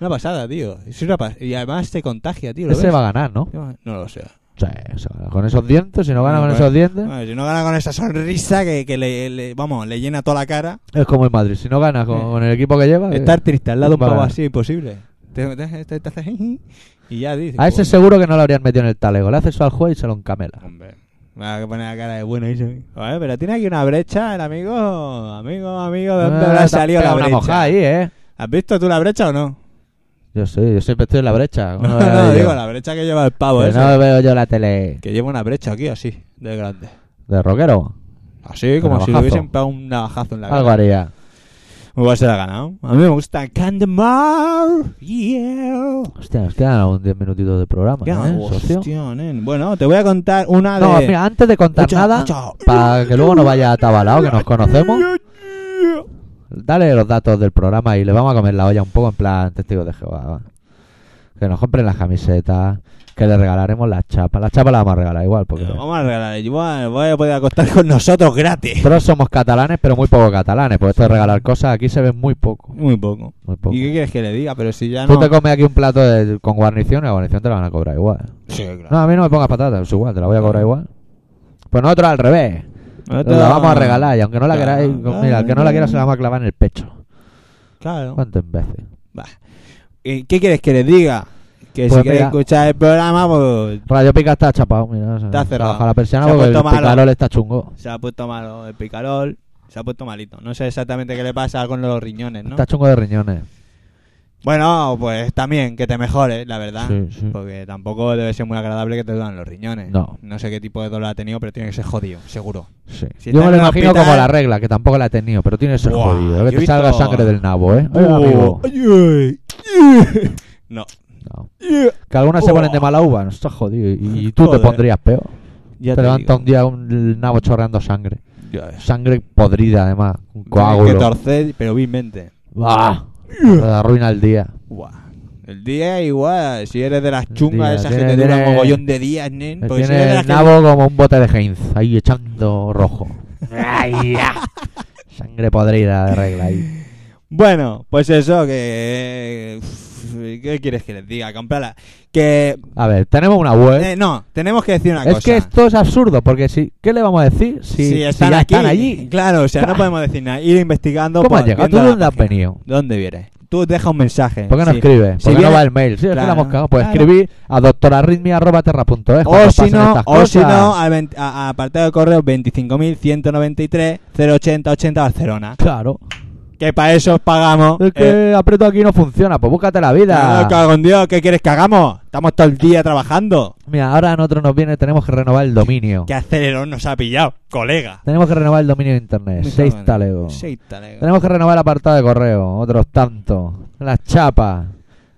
Speaker 3: Una pasada, tío. Es una pas- y además te contagia, tío. ¿lo
Speaker 2: Ese
Speaker 3: ves?
Speaker 2: va a ganar, ¿no?
Speaker 3: No lo sé.
Speaker 2: Sí, se va a ganar. con esos dientes, si no gana
Speaker 3: No,
Speaker 2: con
Speaker 3: pues-
Speaker 2: esos dientes,
Speaker 3: Bueno, si no gana con esa sonrisa que, que le, le- vamos, le llena toda la cara.
Speaker 2: es como el Madrid. Si no gana con,
Speaker 3: Eh.
Speaker 2: con el equipo que lleva, que-
Speaker 3: Estar triste al lado de un
Speaker 2: Va a
Speaker 3: pavo
Speaker 2: ganar.
Speaker 3: así, imposible. Te- te- te- te hace y ya dices.
Speaker 2: a ese
Speaker 3: "Coño".
Speaker 2: seguro que no lo habrían metido en el talego. Le hace eso al juez y se lo encamela.
Speaker 3: Hombre. Me va a poner la cara de bueno y Joder, pero tiene aquí una brecha, el amigo. Amigo, amigo, ¿de dónde
Speaker 2: Ah,
Speaker 3: habrá
Speaker 2: te has
Speaker 3: salido la
Speaker 2: pegado una
Speaker 3: brecha?
Speaker 2: mojada ahí, ¿eh?
Speaker 3: ¿Has visto tú la brecha o no?
Speaker 2: Yo sí, yo siempre estoy en la brecha. ¿cómo
Speaker 3: No,
Speaker 2: lo
Speaker 3: no,
Speaker 2: veo yo?
Speaker 3: digo, la eh, brecha que lleva el pavo
Speaker 2: Que
Speaker 3: ese.
Speaker 2: no veo yo la tele
Speaker 3: Que lleva una brecha aquí así, de grande.
Speaker 2: de rockero.
Speaker 3: Así, como si le
Speaker 2: navajazo.
Speaker 3: hubiesen pegado un navajazo en la
Speaker 2: Algo
Speaker 3: cara.
Speaker 2: haría.
Speaker 3: Igual se la ha ganado. A mí me gusta Candemar. Yeah.
Speaker 2: Hostia, nos quedan aún 10 minutitos de programa,
Speaker 3: Qué
Speaker 2: ¿eh, socio?
Speaker 3: cuestión, eh. Bueno, te voy a contar una de...
Speaker 2: No, mira, antes de contar
Speaker 3: Escucha,
Speaker 2: nada,
Speaker 3: escucha.
Speaker 2: para que luego no vaya atabalado, que nos conocemos, dale los datos del programa y le vamos a comer la olla un poco en plan testigo de Jehová. va. Que nos compren las camisetas, que le regalaremos las chapas. Las chapas las vamos a regalar igual, porque
Speaker 3: Lo Vamos a regalar. Igual voy a poder acostar con nosotros gratis.
Speaker 2: nosotros somos catalanes, pero muy poco catalanes, porque esto de regalar cosas aquí se ve muy poco.
Speaker 3: Muy poco.
Speaker 2: Muy poco.
Speaker 3: ¿Y qué quieres que le diga? Pero si ya
Speaker 2: Tú
Speaker 3: no...
Speaker 2: te comes aquí un plato de- con guarnición y la guarnición te la van a cobrar igual.
Speaker 3: Sí, claro.
Speaker 2: No, a mí no me pongas patatas, es igual, te la voy a cobrar igual. Pues nosotros al revés.
Speaker 3: Nosotros-
Speaker 2: La vamos a regalar y aunque no la
Speaker 3: Claro,
Speaker 2: queráis,
Speaker 3: claro,
Speaker 2: mira, al que no la quiera
Speaker 3: claro.
Speaker 2: se la vamos a clavar en el pecho.
Speaker 3: Claro.
Speaker 2: ¿Cuánto imbécil?
Speaker 3: Va. ¿Y ¿Qué quieres que les diga? Que
Speaker 2: Pues
Speaker 3: si quieres
Speaker 2: mira.
Speaker 3: escuchar el programa, pues
Speaker 2: Radio Pica está chapado, mira. se-
Speaker 3: Está cerrado.
Speaker 2: Baja la persiana
Speaker 3: Se ha
Speaker 2: porque el
Speaker 3: puesto malo.
Speaker 2: picarol está chungo.
Speaker 3: se ha puesto malo el picarol, se ha puesto malito. No sé exactamente qué le pasa con los riñones, ¿no?
Speaker 2: Está chungo de riñones.
Speaker 3: Bueno, pues también que te mejores, la verdad.
Speaker 2: Sí, sí.
Speaker 3: Porque tampoco debe ser muy agradable que te duelan los riñones.
Speaker 2: No.
Speaker 3: No sé qué tipo de dolor ha tenido, pero tiene que ser jodido, seguro.
Speaker 2: Sí.
Speaker 3: Si está
Speaker 2: yo me lo
Speaker 3: en un
Speaker 2: imagino
Speaker 3: hospital-
Speaker 2: como la regla, que tampoco la he tenido, pero tiene que ser
Speaker 3: Buah,
Speaker 2: jodido. ¿eh?
Speaker 3: yo he
Speaker 2: Que te salga
Speaker 3: visto-
Speaker 2: sangre del nabo, ¿eh? Oye,
Speaker 3: Oh,
Speaker 2: amigo.
Speaker 3: ay, ay. No.
Speaker 2: No. Que algunos se
Speaker 3: Oh.
Speaker 2: ponen de mala uva, no está jodido. Y, y tú
Speaker 3: Joder.
Speaker 2: te pondrías peor.
Speaker 3: Ya
Speaker 2: te
Speaker 3: te
Speaker 2: levanta
Speaker 3: digo.
Speaker 2: un día un nabo chorreando sangre.
Speaker 3: Ya ves.
Speaker 2: Sangre podrida, además.
Speaker 3: Tienes
Speaker 2: Un
Speaker 3: Que
Speaker 2: coágulo.
Speaker 3: torcer, pero vilmente.
Speaker 2: Bah. Te arruina el día.
Speaker 3: Buah. El día igual, si eres de las
Speaker 2: El
Speaker 3: chungas
Speaker 2: día,
Speaker 3: esas
Speaker 2: tiene-
Speaker 3: que te duran
Speaker 2: tiene-
Speaker 3: mogollón de días, nen. Porque si eres de
Speaker 2: Tiene
Speaker 3: las
Speaker 2: el
Speaker 3: que-
Speaker 2: nabo como un bote de Heinz, ahí echando rojo. Ay, ya. Sangre podrida de regla ahí.
Speaker 3: Bueno, pues eso, que... uf, ¿Qué quieres que les diga? Comprala. Que...
Speaker 2: A ver, tenemos una web.
Speaker 3: eh, no, tenemos que decir una
Speaker 2: es
Speaker 3: cosa.
Speaker 2: que esto es absurdo, porque si, ¿qué le vamos a decir si, si
Speaker 3: si están
Speaker 2: ya
Speaker 3: aquí,
Speaker 2: están allí?
Speaker 3: Claro, o sea, no podemos decir nada. Ir investigando.
Speaker 2: ¿Cómo
Speaker 3: por-
Speaker 2: has llegado? ¿Tú
Speaker 3: viendo
Speaker 2: de
Speaker 3: la
Speaker 2: dónde has
Speaker 3: página.
Speaker 2: venido?
Speaker 3: ¿Dónde vienes? Tú deja un mensaje.
Speaker 2: ¿Por qué no
Speaker 3: Sí.
Speaker 2: escribes? ¿Por
Speaker 3: Si
Speaker 2: qué no
Speaker 3: viene-
Speaker 2: va el mail? Sí, es que la
Speaker 3: Claro,
Speaker 2: hemos cagado. Pues
Speaker 3: claro.
Speaker 2: escribir a doctorarritmia.terra.es
Speaker 3: O
Speaker 2: cuando
Speaker 3: si
Speaker 2: pasen
Speaker 3: no,
Speaker 2: estas
Speaker 3: o si
Speaker 2: cosas.
Speaker 3: no, al veinte- a- a apartado de correo 25.193 08080 Barcelona.
Speaker 2: Claro.
Speaker 3: Que para eso os pagamos.
Speaker 2: Es
Speaker 3: eh,
Speaker 2: que aprieto aquí y no funciona. Pues búscate la vida.
Speaker 3: No, cago en Dios, ¿qué quieres que hagamos? Estamos todo el día trabajando.
Speaker 2: Mira, ahora a nosotros nos viene, tenemos que renovar el dominio.
Speaker 3: ¿Qué acelerón nos ha pillado, colega?
Speaker 2: Tenemos que renovar el dominio de internet. Seis talegos.
Speaker 3: Seis talegos.
Speaker 2: Tenemos que renovar el apartado de correo, otros tantos. Las chapas.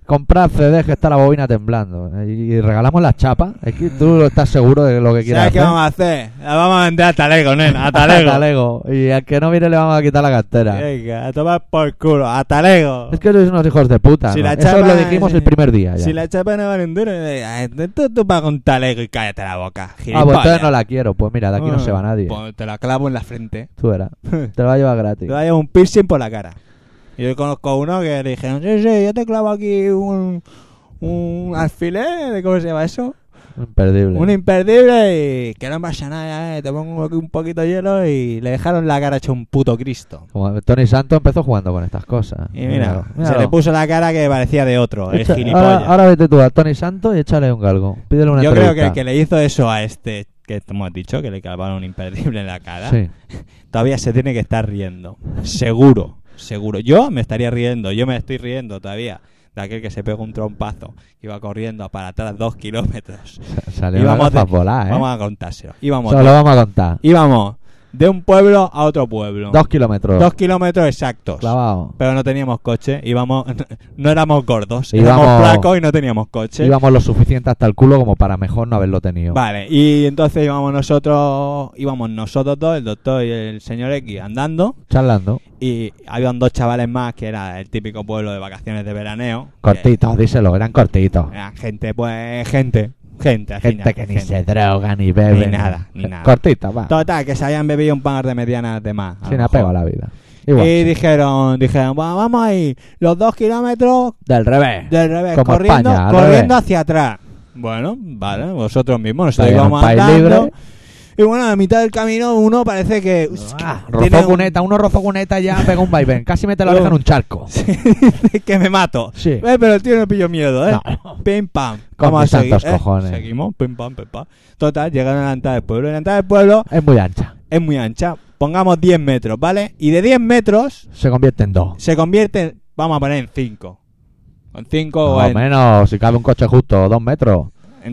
Speaker 2: Comprar CDs que está la bobina temblando. Y y regalamos las chapas. Es que tú estás seguro de lo que quieras.
Speaker 3: ¿Sabes qué
Speaker 2: hacer.
Speaker 3: vamos a hacer? La vamos a vender a talego, nena, a talego.
Speaker 2: Talego. Y al que no viene le vamos a quitar la cartera.
Speaker 3: Venga, a tomar por culo, a talego.
Speaker 2: Es que sois unos hijos de puta.
Speaker 3: Si
Speaker 2: ¿no?
Speaker 3: la
Speaker 2: Eso
Speaker 3: chapa-
Speaker 2: lo dijimos el primer día. ya.
Speaker 3: Si la chapa no vale un duro, eh, tú, tú pagas un talego y cállate la boca.
Speaker 2: Ah, pues
Speaker 3: gilipollas.
Speaker 2: entonces no la quiero. Pues mira, de aquí no se va nadie.
Speaker 3: Pues te la clavo en la frente.
Speaker 2: Tú verás.
Speaker 3: te
Speaker 2: Te lo va a llevar gratis.
Speaker 3: voy a llevar un piercing por la cara. Yo conozco a uno que le dijeron, sí, sí, yo te clavo aquí un, un alfiler, ¿de ¿cómo se llama eso?
Speaker 2: Imperdible.
Speaker 3: Un imperdible y que no pasa nada, eh, te pongo aquí un poquito de hielo y le dejaron la cara hecha un puto Cristo.
Speaker 2: Como Tony Santos empezó jugando con estas cosas.
Speaker 3: Y mira,
Speaker 2: Míralo,
Speaker 3: se le
Speaker 2: míralo.
Speaker 3: puso la cara que parecía de otro, el
Speaker 2: Echa-
Speaker 3: gilipollas.
Speaker 2: ahora, ahora vete tú a Tony Santos y échale un galgo. Pídele una
Speaker 3: Yo creo que el
Speaker 2: entrevista.
Speaker 3: que le hizo eso a este que hemos dicho, que le clavaron un imperdible en la cara,
Speaker 2: Sí.
Speaker 3: todavía se tiene que estar riendo. Seguro, seguro. Yo me estaría riendo, yo me estoy riendo todavía de aquel que se pegó un trompazo, iba corriendo para atrás dos kilómetros.
Speaker 2: Sa- Salieron las
Speaker 3: Íbamos
Speaker 2: gafas
Speaker 3: de-
Speaker 2: volar, ¿eh?
Speaker 3: Vamos a contárselo. Íbamos,
Speaker 2: Eso lo vamos a contar.
Speaker 3: íbamos de un pueblo a otro pueblo.
Speaker 2: Dos kilómetros.
Speaker 3: Dos kilómetros exactos.
Speaker 2: clavados.
Speaker 3: Pero no teníamos coche, íbamos, no éramos gordos,
Speaker 2: Íbamos-
Speaker 3: éramos flacos y no teníamos coche.
Speaker 2: Íbamos lo suficiente hasta el culo como para mejor no haberlo tenido.
Speaker 3: Vale, y entonces íbamos nosotros, íbamos nosotros dos, el doctor y el señor X, andando,
Speaker 2: Charlando.
Speaker 3: y habían dos chavales más que era el típico pueblo de vacaciones de veraneo. que
Speaker 2: Cortitos, díselo, eran cortitos.
Speaker 3: Eran gente, pues, gente, Eh, gente, al
Speaker 2: Gente
Speaker 3: final,
Speaker 2: que ni se droga, ni bebe.
Speaker 3: Ni nada, ni nada.
Speaker 2: Cortita, va.
Speaker 3: Total, que se habían bebido un par de medianas de más. a
Speaker 2: Sin
Speaker 3: lo
Speaker 2: apego a
Speaker 3: mejor. Eh,
Speaker 2: la vida.
Speaker 3: Y
Speaker 2: Igual.
Speaker 3: dijeron, dijeron, "Va, vamos ahí, los dos kilómetros
Speaker 2: Del revés.
Speaker 3: Del revés,
Speaker 2: Como
Speaker 3: corriendo,
Speaker 2: España, al
Speaker 3: corriendo
Speaker 2: revés.
Speaker 3: hacia atrás. Bueno, vale, vosotros mismos, nosotros
Speaker 2: España era un
Speaker 3: íbamos
Speaker 2: país
Speaker 3: andando.
Speaker 2: libre.
Speaker 3: Y bueno, a mitad del camino uno parece que...
Speaker 2: Ah,
Speaker 3: tiene
Speaker 2: rozó
Speaker 3: un-
Speaker 2: cuneta, uno rozó cuneta y ya pegó un vaivén. Casi mete la oreja en un charco.
Speaker 3: Sí, dice que me mato.
Speaker 2: Sí.
Speaker 3: Eh, pero el tío no pilló miedo, ¿eh?
Speaker 2: No.
Speaker 3: Pim pam.
Speaker 2: Con
Speaker 3: Vamos a
Speaker 2: mis
Speaker 3: seguir.
Speaker 2: santos
Speaker 3: eh.
Speaker 2: cojones.
Speaker 3: Seguimos, pim pam, pim pam. Total, llegaron a la entrada del pueblo. La entrada del pueblo
Speaker 2: Es muy ancha.
Speaker 3: es muy ancha. Pongamos 10 metros, ¿vale? Y de 10 metros
Speaker 2: Se convierte en dos.
Speaker 3: se convierte, en- vamos a poner en 5. Con 5
Speaker 2: Más
Speaker 3: o
Speaker 2: o
Speaker 3: en,
Speaker 2: menos, si cabe un coche justo, dos metros.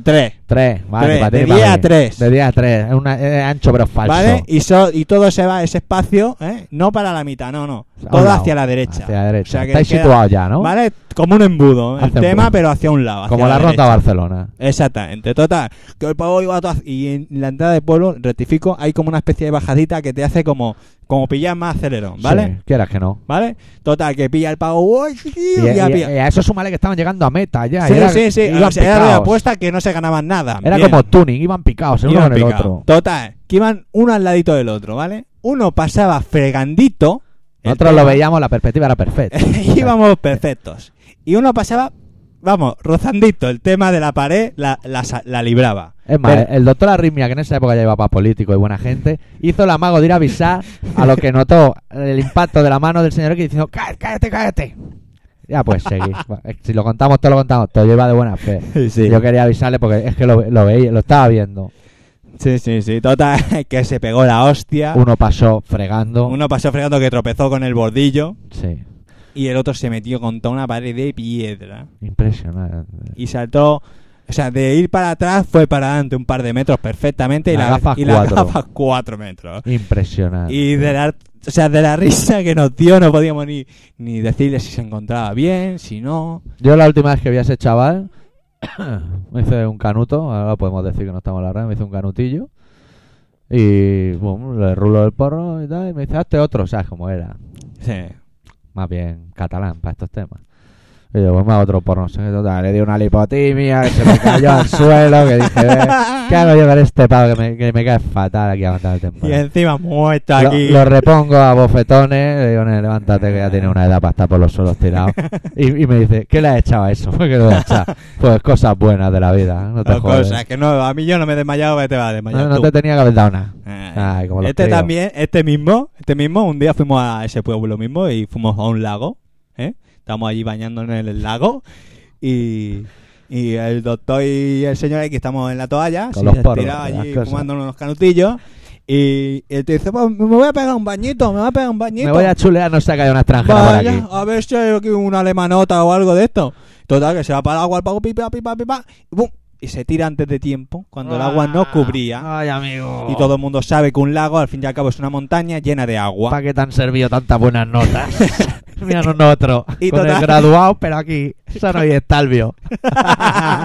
Speaker 3: 3.
Speaker 2: Tres, vale,
Speaker 3: Tres,
Speaker 2: para ti,
Speaker 3: de
Speaker 2: para
Speaker 3: diez
Speaker 2: mí.
Speaker 3: a tres.
Speaker 2: De 10 a 3. Es, una- es ancho pero falso.
Speaker 3: ¿Vale? Y, so- y todo se va a ese espacio, ¿eh? No para la mitad, no, no.
Speaker 2: A un
Speaker 3: Todo
Speaker 2: lado,
Speaker 3: hacia la derecha.
Speaker 2: Hacia la derecha.
Speaker 3: O sea que
Speaker 2: Estáis
Speaker 3: queda-
Speaker 2: situados ya, ¿no?
Speaker 3: ¿Vale? Como un embudo. ¿eh? El
Speaker 2: Hacia un
Speaker 3: tema,
Speaker 2: punto.
Speaker 3: pero hacia un lado. hacia
Speaker 2: Como la ronda
Speaker 3: derecha.
Speaker 2: Barcelona.
Speaker 3: Exactamente, total. Que pues, el pavo iba a todas- Y en la entrada del pueblo, rectifico, hay como una especie de bajadita que te hace como, como pillar más acelerón, ¿vale?
Speaker 2: Sí, quieras que no.
Speaker 3: ¿Vale? Total, que pilla el pavo. ¡Uy, sí, sí!
Speaker 2: Y,
Speaker 3: Ya
Speaker 2: y-
Speaker 3: pilla.
Speaker 2: y a eso súmale que estaban llegando a meta ya.
Speaker 3: sí,
Speaker 2: y era-
Speaker 3: sí, sí.
Speaker 2: iban
Speaker 3: o sea, era de
Speaker 2: picaos.
Speaker 3: apuesta que no se ganaban nada.
Speaker 2: Era
Speaker 3: Bien.
Speaker 2: como tuning, iban picados el uno
Speaker 3: Iban
Speaker 2: con el
Speaker 3: picados.
Speaker 2: otro.
Speaker 3: Total, que iban uno al ladito del otro, ¿vale? Uno pasaba fregandito. el
Speaker 2: Nosotros
Speaker 3: tema,
Speaker 2: lo veíamos, la perspectiva era perfecta.
Speaker 3: íbamos perfectos. Y uno pasaba, vamos, rozandito el tema de la pared, la, la sa- la libraba.
Speaker 2: Es más, eh,
Speaker 3: Pero-
Speaker 2: el doctor Arritmia, que en esa época ya iba para político y buena gente, hizo el amago de ir a avisar a lo que notó el impacto de la mano del señor X diciendo, cállate, cállate, cállate. Ya pues, seguí. si lo contamos todo, lo contamos todo. Yo iba de buena fe.
Speaker 3: Sí.
Speaker 2: Yo quería avisarle porque es que lo, lo veía, lo estaba viendo.
Speaker 3: Sí, sí, sí, total, que se pegó la hostia.
Speaker 2: eh. Uno pasó fregando.
Speaker 3: Ah. Uno pasó fregando que tropezó con el bordillo
Speaker 2: Sí,
Speaker 3: y el otro se metió contra una pared de piedra
Speaker 2: impresionante.
Speaker 3: y saltó. O sea, de ir para atrás fue para adelante un par de metros perfectamente y
Speaker 2: Las
Speaker 3: la,
Speaker 2: gafas
Speaker 3: y las
Speaker 2: cuatro.
Speaker 3: gafas cuatro metros.
Speaker 2: Impresionante.
Speaker 3: Y de la, o sea, de la risa que nos dio no podíamos ni, ni decirle si se encontraba bien, si no.
Speaker 2: Yo la última vez que vi a ese chaval, me hice un canuto, ahora podemos decir que no estamos en la red, me hice un canutillo. Y bum, le rulo el porro y tal, y me dice, hazte otro, ¿sabes cómo era?
Speaker 3: Sí.
Speaker 2: Más bien catalán para estos temas. Y yo, pues me hago otro porro, no sé qué, total, le di una lipotimia, que se me cayó al suelo, que dije, "Ve, ¿qué hago yo con este pavo que me, que me cae fatal aquí aguantando el tiempo?
Speaker 3: Y encima muerto
Speaker 2: Lo,
Speaker 3: aquí.
Speaker 2: lo repongo a bofetones, le digo, "Nene, levántate que ya tiene una edad para estar por los suelos tirado. Y, y me dice, ¿qué le has echado a eso? ¿Qué le has echado? Pues cosas buenas de la vida, ¿eh? no te
Speaker 3: O
Speaker 2: jodes.
Speaker 3: cosas que no, a mí yo no me he desmayado, vete va a desmayar
Speaker 2: No, no
Speaker 3: tú.
Speaker 2: te tenía que haber dado nada.
Speaker 3: Ah.
Speaker 2: Ay, como los
Speaker 3: Este
Speaker 2: críos.
Speaker 3: también, este mismo, este mismo, un día fuimos a ese pueblo mismo y fuimos a un lago, ¿eh? Estamos allí bañándonos en el lago y, y el doctor y el señor aquí estamos en la toalla,
Speaker 2: Con
Speaker 3: sí,
Speaker 2: los
Speaker 3: se
Speaker 2: poros,
Speaker 3: estiraba
Speaker 2: las
Speaker 3: allí
Speaker 2: cosas.
Speaker 3: fumándonos unos canutillos y él te dice, pues me voy a pegar un bañito, me voy a pegar un bañito.
Speaker 2: Me voy a chulear, no se ha caído una extranjera por
Speaker 3: Vaya,
Speaker 2: aquí.
Speaker 3: a ver si hay aquí una alemanota o algo de esto. Total, que se va para el agua, el pago, pipa, pipa, pipa, y ¡bum! Y se tira antes de tiempo, cuando el agua
Speaker 2: Ah,
Speaker 3: no cubría.
Speaker 2: Ay, amigo.
Speaker 3: Y todo el mundo sabe que un lago, al fin y al cabo, es una montaña llena de agua.
Speaker 2: ¿Para qué te han servido tantas buenas notas? Mira nosotros,
Speaker 3: Y
Speaker 2: con
Speaker 3: total-
Speaker 2: el graduado, pero aquí, Sano y Estalvio.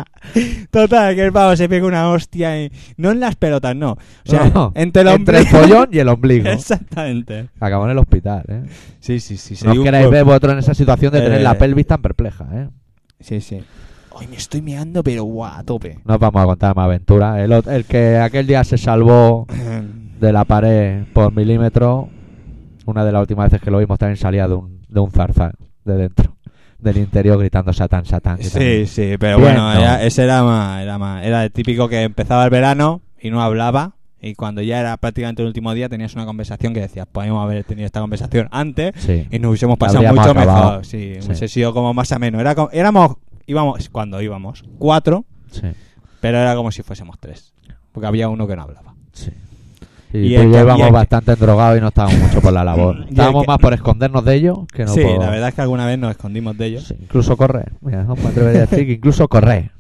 Speaker 3: Total, que el pavo se pega una hostia. y- No en las pelotas, no. O sea,
Speaker 2: No,
Speaker 3: entre el hombre.
Speaker 2: Entre el pollón y el ombligo.
Speaker 3: Exactamente.
Speaker 2: Acabó en el hospital, ¿eh?
Speaker 3: Sí, sí, sí.
Speaker 2: No os queráis ver vosotros en esa situación de tener
Speaker 3: Eh.
Speaker 2: la pelvis tan perpleja, ¿eh?
Speaker 3: Sí, sí. Hoy me estoy meando, pero guau, a tope.
Speaker 2: No os vamos a contar más aventuras. El, ot- el que aquel día se salvó de la pared por milímetro, una de las últimas veces que lo vimos también salía de un, de un zarzal, de dentro, del interior, gritando Satán, Satán.
Speaker 3: Sí,
Speaker 2: Satán.
Speaker 3: sí, pero
Speaker 2: Bien,
Speaker 3: bueno,
Speaker 2: ¿no?
Speaker 3: era- ese era más, era más. Era el típico que empezaba el verano y no hablaba. Y cuando ya era prácticamente el último día, tenías una conversación que decías, podemos haber tenido esta conversación antes
Speaker 2: Sí.
Speaker 3: y nos hubiésemos pasado
Speaker 2: Habríamos
Speaker 3: mucho
Speaker 2: acabado.
Speaker 3: mejor. Sí,
Speaker 2: Sí.
Speaker 3: hubiese sido como más ameno. Era como- éramos, íbamos, cuando íbamos, cuatro,
Speaker 2: sí,
Speaker 3: pero era como si fuésemos tres. Porque había uno que no hablaba.
Speaker 2: sí.
Speaker 3: Y
Speaker 2: Y,
Speaker 3: el
Speaker 2: tú y
Speaker 3: que-
Speaker 2: yo
Speaker 3: y el
Speaker 2: íbamos
Speaker 3: que-
Speaker 2: bastante endrogados y no estábamos mucho por la labor.
Speaker 3: Y el
Speaker 2: Estábamos
Speaker 3: que-
Speaker 2: más por escondernos de ellos que no
Speaker 3: sí,
Speaker 2: por...
Speaker 3: la verdad es que alguna vez nos escondimos de ellos.
Speaker 2: Sí, incluso correr. Mira, no me atrevería a decir que incluso correr.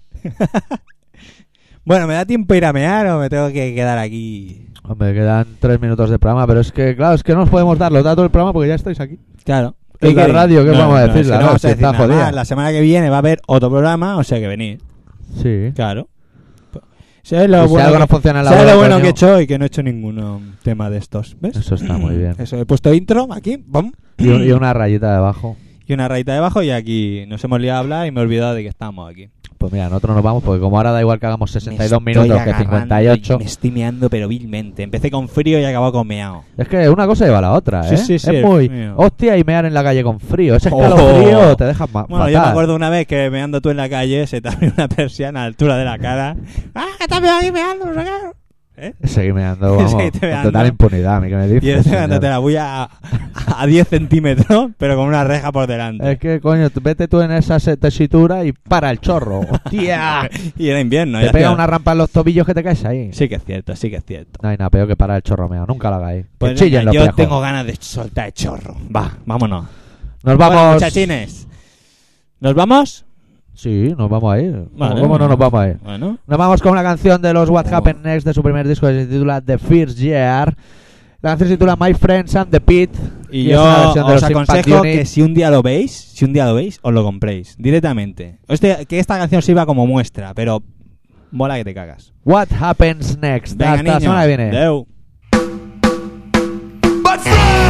Speaker 3: Bueno, ¿me da tiempo a ir a mear o me tengo que quedar aquí?
Speaker 2: Hombre, quedan tres minutos de programa, pero es que, claro, es que no os podemos dar los datos del programa porque ya estáis aquí.
Speaker 3: Claro.
Speaker 2: Es la radio, ¿qué vamos a decir?
Speaker 3: si
Speaker 2: La
Speaker 3: vamos a
Speaker 2: radio
Speaker 3: decir
Speaker 2: está
Speaker 3: nada
Speaker 2: jodida.
Speaker 3: más. La semana que viene va a haber otro programa, o sea que venir.
Speaker 2: Sí.
Speaker 3: Claro. ¿Sabes
Speaker 2: Y
Speaker 3: lo
Speaker 2: si
Speaker 3: bueno,
Speaker 2: algo
Speaker 3: que,
Speaker 2: no funciona en la
Speaker 3: sabes
Speaker 2: hora,
Speaker 3: lo bueno
Speaker 2: coño?
Speaker 3: que he hecho y que no he hecho ningún tema de estos? ¿Ves?
Speaker 2: Eso está muy bien.
Speaker 3: Eso, he puesto intro aquí, pam,
Speaker 2: Y, un- y una rayita debajo.
Speaker 3: y una rayita debajo y aquí nos hemos liado a hablar y me he olvidado de que estamos aquí.
Speaker 2: Pues mira, nosotros nos vamos porque como ahora da igual que hagamos 62
Speaker 3: Me
Speaker 2: minutos
Speaker 3: estoy
Speaker 2: que
Speaker 3: agarrando
Speaker 2: 58.
Speaker 3: y Me estoy meando pero vilmente. Empecé con frío y acabo con meao.
Speaker 2: Es que una cosa lleva a la otra,
Speaker 3: Sí,
Speaker 2: ¿eh?
Speaker 3: sí, sí,
Speaker 2: es muy
Speaker 3: mío.
Speaker 2: hostia y mear en la calle con frío. Ese
Speaker 3: Oh.
Speaker 2: escalofrío te deja más
Speaker 3: Bueno, yo me acuerdo una vez que meando tú en la calle se te abrió una persiana a la altura de la cara. ¡Ah, que estás meando ahí meando! no sé qué! ¿eh?
Speaker 2: Seguir meando, vamos,
Speaker 3: Seguir meando.
Speaker 2: en total impunidad, a mí que me dices,
Speaker 3: Y estoy dándote
Speaker 2: señor?
Speaker 3: la bulla a, a 10 centímetros, pero con una reja por delante.
Speaker 2: Es que, coño, tú- vete tú en esa se- tesitura y para el chorro, hostia.
Speaker 3: y era invierno.
Speaker 2: te
Speaker 3: ya
Speaker 2: pega
Speaker 3: hacía-
Speaker 2: una rampa en los tobillos que te caes ahí.
Speaker 3: Sí que es cierto, sí que es cierto.
Speaker 2: No hay nada peor que parar el chorro meado, nunca lo hagáis.
Speaker 3: Pues
Speaker 2: que
Speaker 3: venga,
Speaker 2: chillen los
Speaker 3: yo
Speaker 2: viejos.
Speaker 3: tengo ganas de soltar el chorro. Va, vámonos.
Speaker 2: Nos
Speaker 3: Bueno,
Speaker 2: vamos...
Speaker 3: muchachines. ¿Nos vamos?
Speaker 2: Sí, nos vamos a ir.
Speaker 3: Vale.
Speaker 2: ¿Cómo no nos vamos a ir?
Speaker 3: Bueno.
Speaker 2: Nos vamos con una canción de los What Happened Next de su primer disco que se titula The First Year. La canción se titula My Friends and the Pit.
Speaker 3: Y,
Speaker 2: es
Speaker 3: yo
Speaker 2: una versión de
Speaker 3: os
Speaker 2: los Impact
Speaker 3: aconsejo
Speaker 2: Unit.
Speaker 3: que si un día lo veis, si un día lo veis, os lo compréis directamente. Este- que esta canción sirva como muestra, pero mola que te cagas.
Speaker 2: What Happens Next.
Speaker 3: Venga,
Speaker 2: Hasta la
Speaker 3: niños.
Speaker 2: semana que viene.
Speaker 3: Adeu.
Speaker 5: But friends